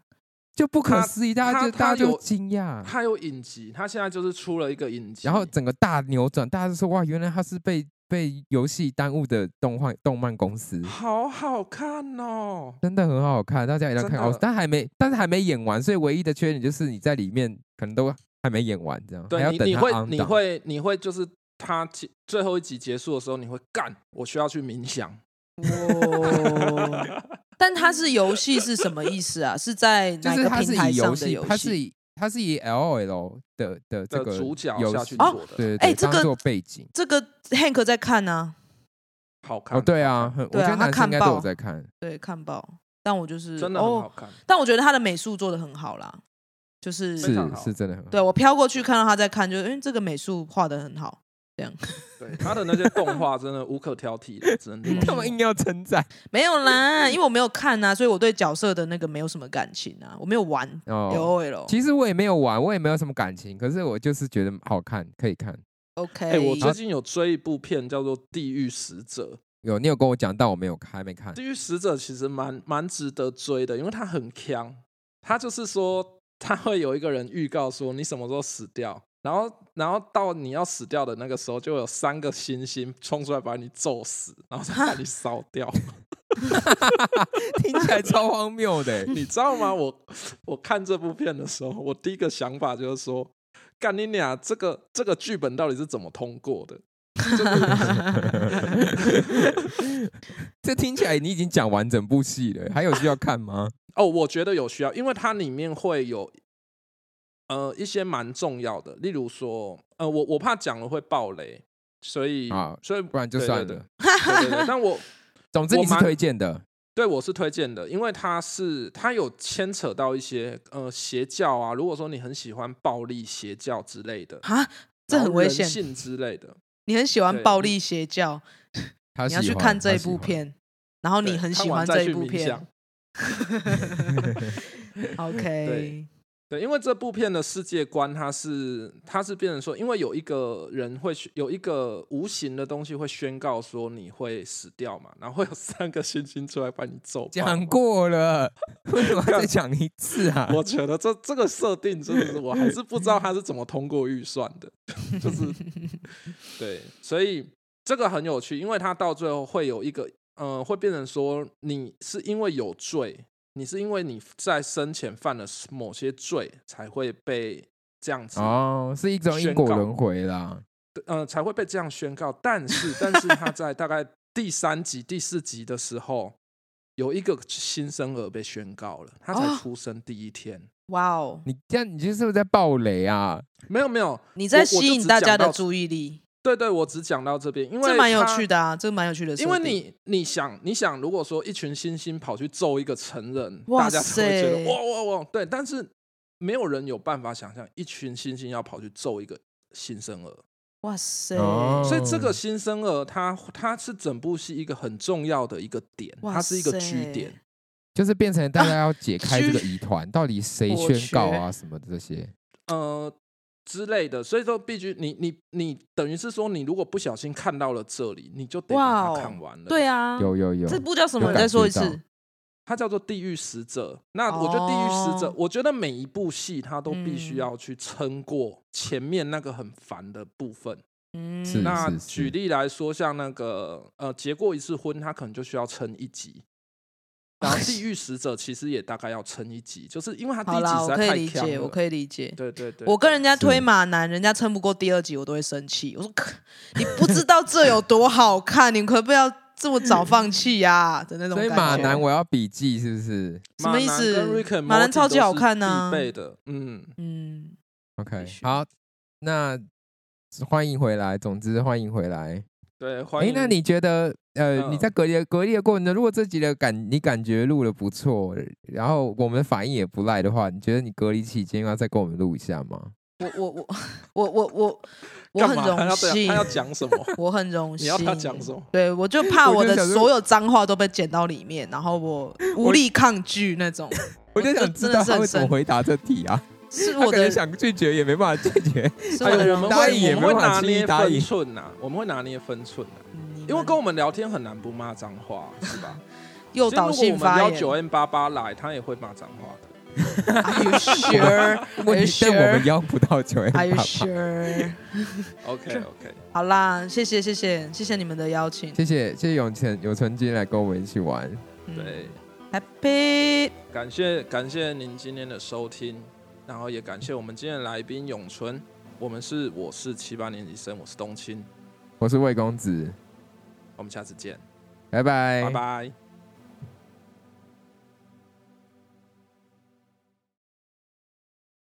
Speaker 1: 就不可
Speaker 2: 它
Speaker 1: 思议，大家
Speaker 2: 它
Speaker 1: 就
Speaker 2: 它
Speaker 1: 大家就
Speaker 2: 有
Speaker 1: 惊讶，
Speaker 2: 它有影集，它现在就是出了一个影集，
Speaker 1: 然后整个大扭转，大家就说哇，原来他是被被游戏耽误的动画动漫公司。
Speaker 2: 好好看哦。
Speaker 1: 真的很好看，大家一定要看
Speaker 2: 真的
Speaker 1: 哦。但还没，但是还没演完，所以唯一的缺点就是你在里面可能都还没演完，这样还
Speaker 2: 对
Speaker 1: 要
Speaker 2: 你，
Speaker 1: 等
Speaker 2: 你
Speaker 1: 它
Speaker 2: 会
Speaker 1: on
Speaker 2: 你
Speaker 1: down
Speaker 2: 会你会就是他结最后一集结束的时候，你会干，我需要去冥想。
Speaker 3: 哦，但它是游戏是什么意思啊？是在
Speaker 1: 就
Speaker 3: 哪
Speaker 1: 是
Speaker 3: 个
Speaker 1: 它
Speaker 3: 平
Speaker 1: 是
Speaker 3: 台
Speaker 1: 以
Speaker 3: 上
Speaker 1: 游
Speaker 3: 的
Speaker 1: 戏，
Speaker 3: 游
Speaker 1: 它是
Speaker 3: 戏？
Speaker 1: 以它是以 L O L 的的这
Speaker 2: 的
Speaker 1: 个
Speaker 2: 主角
Speaker 1: 游
Speaker 2: 下
Speaker 1: 戏
Speaker 2: 去
Speaker 3: 哦
Speaker 2: 做的，
Speaker 1: 对对
Speaker 3: 哎
Speaker 1: 对，
Speaker 3: 这
Speaker 1: 当
Speaker 3: 个
Speaker 1: 做背景。
Speaker 3: 这个 Hank 在看啊，
Speaker 2: 好看
Speaker 1: 哦，对啊，，很我
Speaker 3: 对啊
Speaker 1: 觉得
Speaker 3: 它
Speaker 1: 男生
Speaker 3: 看
Speaker 1: 应该都有
Speaker 3: 爆
Speaker 1: 在看。
Speaker 3: 对，看爆。但我就是
Speaker 2: 真的很好
Speaker 3: 哦，
Speaker 2: 看。
Speaker 3: 但我觉得他的美术做的很好啦，就是
Speaker 2: 非常
Speaker 1: 是
Speaker 2: 好
Speaker 1: 是真的很好，
Speaker 3: 对我飘过去看到他在看，就因为这个美术画的很好，
Speaker 2: 对他的那些动画真的无可挑剔的，真的。
Speaker 1: [LAUGHS] 他们硬要称赞
Speaker 3: 没有啦，因为我没有看啊，所以我对角色的那个没有什么感情啊，我没有玩
Speaker 1: [LAUGHS] 哦。
Speaker 3: L O L。
Speaker 1: 其实我也没有玩，我也没有什么感情，可是我就是觉得好看，可以看。
Speaker 3: OK，、
Speaker 2: 哎、我最近有追一部片叫做《地狱使者
Speaker 1: 有你有跟我讲，但我没有看，还没 [LAUGHS] 看》，
Speaker 2: 《地狱使者》其实蛮蛮值得追的，因为它很强。它就是说，它会有一个人预告说你什么时候死掉，然后然后到你要死掉的那个时候，就会有三个星星冲出来把你揍死，然后再把你烧掉。
Speaker 1: 听起来超荒谬 [LAUGHS] 的欸。
Speaker 2: [LAUGHS] 你知道吗？我我看这部片的时候，我第一个想法就是说，干你俩这个这个剧本到底是怎么通过的？
Speaker 1: 这听起来你已经讲完整部戏了，欸还有需要看吗？
Speaker 2: 哦，我觉得有需要，因为它里面会有呃一些蛮重要的，例如说，呃，我我怕讲了会爆雷，所以
Speaker 1: 啊
Speaker 2: 所
Speaker 1: [LAUGHS]
Speaker 2: 以
Speaker 1: 不然就
Speaker 2: 对
Speaker 1: 算了。
Speaker 2: 对对对对，但我
Speaker 1: 总之你是
Speaker 2: 我蛮
Speaker 1: 推荐的，
Speaker 2: 对我是推荐的，因为它是它有牵扯到一些呃邪教啊，如果说你很喜欢暴力邪教之类的，
Speaker 3: 啊，这
Speaker 2: 然后
Speaker 3: 很危
Speaker 2: 人
Speaker 3: 险。
Speaker 2: 性之类的，
Speaker 3: 你很喜欢
Speaker 2: 对
Speaker 3: 暴
Speaker 2: 你
Speaker 3: 力邪教，
Speaker 1: 他
Speaker 3: 你要去
Speaker 1: 喜欢
Speaker 3: 看这
Speaker 1: 他
Speaker 3: 一
Speaker 1: 喜
Speaker 3: 部
Speaker 1: 欢
Speaker 3: 片，然后你
Speaker 2: 对
Speaker 3: 很
Speaker 2: 看
Speaker 3: 喜
Speaker 2: 完
Speaker 3: 欢
Speaker 2: 再
Speaker 3: 这一
Speaker 2: 去
Speaker 3: 部
Speaker 2: 冥
Speaker 3: 片
Speaker 2: 想。
Speaker 3: OK，
Speaker 2: 对，因为这部片的世界观，它是它是变成说，因为有一个人会宣有一个无形的东西会宣告说你会死掉嘛，然后会有三个星星出来把你揍爆。
Speaker 1: 讲，过了， [LAUGHS] 为什么要再讲一次 [LAUGHS] 啊？
Speaker 2: [LAUGHS] 我觉得这这个设定真的是，我还是不知道他是怎么通过预算的，就是对，所以这个很有趣，因为它到最后会有一个，呃，会变成说你是因为有罪，你是因为你在生前犯了某些罪才会被这样子
Speaker 1: 哦，是一种因
Speaker 2: 宣
Speaker 1: 果
Speaker 2: 告
Speaker 1: 轮回啦。
Speaker 2: 呃，才会被这样宣告。但是，但是他在大概第三集、第四集的时候，有一个新生儿被宣告了，他才
Speaker 3: 哦
Speaker 2: 出生第一天。
Speaker 3: 哇哦，
Speaker 1: 你这样，你就是不是在暴雷啊？
Speaker 2: 没有，没有，
Speaker 3: 你
Speaker 2: 我
Speaker 3: 在
Speaker 2: 我
Speaker 3: 吸
Speaker 2: 就
Speaker 3: 引
Speaker 2: 只
Speaker 3: 大
Speaker 2: 讲
Speaker 3: 家的
Speaker 2: 到
Speaker 3: 注意力，
Speaker 2: 对对，我只讲到这边，因为
Speaker 3: 这蛮有
Speaker 2: 他
Speaker 3: 趣的啊，这蛮有趣的设
Speaker 2: 因
Speaker 3: 定。
Speaker 2: 为你你想你想，如果说一群猩猩跑去揍一个成人，
Speaker 3: 哇
Speaker 2: 大家只会觉
Speaker 3: 塞
Speaker 2: 得哇哇哇，对，但是没有人有办法想象一群猩猩要跑去揍一个新生儿。
Speaker 3: 哇塞，
Speaker 1: 哦
Speaker 2: 所以这
Speaker 3: 嗯
Speaker 2: 个新生儿他他是整部戏一个很重要的一个点，
Speaker 3: 哇
Speaker 2: 它是一个据
Speaker 3: 塞
Speaker 2: 点。
Speaker 1: 就是变成大家要解开这个
Speaker 3: 居
Speaker 1: 疑团，到底谁
Speaker 3: 我
Speaker 1: 宣
Speaker 3: 去
Speaker 1: 告啊什么的这些？
Speaker 2: 呃之类的，所以说必须你你你等于是说你如果不小心看到了这里，你就得
Speaker 3: 哇
Speaker 2: 把
Speaker 3: 哦
Speaker 2: 它看完了。
Speaker 3: 对啊，
Speaker 1: 有有有，
Speaker 3: 这部叫什
Speaker 1: 有
Speaker 3: 么？你
Speaker 1: 感
Speaker 3: 再说
Speaker 1: 觉
Speaker 3: 一次
Speaker 1: 到。
Speaker 2: 它叫做《地狱使者》。那我觉得《地狱使者》
Speaker 3: 哦
Speaker 2: 我觉得每一部戏它都必须
Speaker 3: 嗯
Speaker 2: 要去撑过前面那个很烦的部分。
Speaker 3: 嗯，
Speaker 1: 是
Speaker 2: 那
Speaker 1: 是
Speaker 2: 举例来说，像那个呃，结过一次婚，他可能就需要撑一集。然后《地狱使者》其实也大概要撑一集，就是因为他第一
Speaker 3: 好
Speaker 2: 集
Speaker 3: 啦，
Speaker 2: 实在
Speaker 3: 我可以
Speaker 2: 太
Speaker 3: 理
Speaker 2: 强
Speaker 3: 解，
Speaker 2: 了
Speaker 3: 我可以理解。
Speaker 2: 对对对，
Speaker 3: 我跟人家推
Speaker 1: 是
Speaker 3: 马男，人家撑不过第二集，我都会生气。我说，可你不知道这有多好看， [LAUGHS] 你可不要这么早放弃呀、
Speaker 2: [LAUGHS]
Speaker 3: 啊、的那
Speaker 1: 所
Speaker 3: 种感
Speaker 1: 以
Speaker 3: 觉。
Speaker 1: 马男我要笔记是不是
Speaker 3: 什么意思马
Speaker 2: 马
Speaker 3: 兰
Speaker 2: 兰
Speaker 3: 超级好看啊
Speaker 2: 必备的，嗯，
Speaker 3: 嗯，
Speaker 1: ？OK，
Speaker 3: 必须
Speaker 1: 好，那欢迎回来。总之欢迎回来。
Speaker 2: 对，欢
Speaker 1: 哎，
Speaker 2: 迎。
Speaker 1: 那你觉得呃，你
Speaker 2: 嗯
Speaker 1: 在隔离的隔离的过程中，如果这集的感你感觉录的不错，然后我们的反应也不赖的话，你觉得你隔离期间要再跟我们录一下吗？
Speaker 3: 我我我我我我
Speaker 2: [LAUGHS]
Speaker 3: 我
Speaker 2: 干
Speaker 3: 很
Speaker 2: 嘛他
Speaker 3: 荣
Speaker 2: 要啊
Speaker 3: 幸
Speaker 2: 他，要讲什么？
Speaker 3: [LAUGHS]
Speaker 2: [LAUGHS]
Speaker 3: 我很荣
Speaker 2: 你
Speaker 3: 幸。
Speaker 2: 要他讲什么？
Speaker 3: 对，我就怕
Speaker 1: 我
Speaker 3: 我
Speaker 1: 就
Speaker 3: 的
Speaker 1: 想说
Speaker 3: 所有脏话都被剪到里面，然后我无力抗拒那种。
Speaker 1: 我就
Speaker 3: 我
Speaker 1: 想
Speaker 3: 就
Speaker 1: 知
Speaker 3: 真的
Speaker 1: 道
Speaker 3: 是
Speaker 1: 他
Speaker 3: 很
Speaker 1: 会怎么
Speaker 3: 生
Speaker 1: 回答这题啊。
Speaker 3: [LAUGHS] 是
Speaker 1: 他
Speaker 3: 我
Speaker 1: 可能
Speaker 3: 的，
Speaker 1: 想拒绝也没办法拒 [LAUGHS] 绝。
Speaker 3: 是
Speaker 2: 哎
Speaker 3: 我的
Speaker 2: 呦，
Speaker 3: 荣
Speaker 2: 我们
Speaker 3: 幸。
Speaker 1: 答应也
Speaker 2: 会我
Speaker 1: 没
Speaker 2: 们会
Speaker 1: 办法
Speaker 2: 拿
Speaker 1: 轻易
Speaker 2: 捏
Speaker 1: 答应
Speaker 2: 分寸呐，我们会拿捏分寸呐，
Speaker 3: 嗯
Speaker 2: 因为跟我们聊天很难不骂脏话，
Speaker 1: [LAUGHS]
Speaker 2: 是吧？
Speaker 3: 诱
Speaker 2: 所以
Speaker 3: 导性
Speaker 2: 如果我们
Speaker 3: 发
Speaker 2: 邀
Speaker 3: 言
Speaker 2: 九 N 八八来，他也会骂脏话的。
Speaker 3: ，Are you sure？
Speaker 1: 问
Speaker 3: Are you
Speaker 1: 题但我们
Speaker 3: sure？Are
Speaker 1: 邀不到九 N 八
Speaker 2: [LAUGHS]
Speaker 3: you
Speaker 1: 八。
Speaker 3: sure？
Speaker 2: OK OK，
Speaker 3: 好啦，谢谢谢谢谢谢你们的邀请。
Speaker 1: 谢谢谢谢永成永成君来跟我们一起玩，
Speaker 3: 嗯
Speaker 2: 对，
Speaker 3: ，Happy，
Speaker 2: 感谢感谢您今天的收听，然后也感谢我们今天的来宾永春。我们是我是七八年级生，我是冬青，
Speaker 1: 我是魏公子，
Speaker 2: 我们下次见，
Speaker 1: 拜拜
Speaker 2: 拜拜。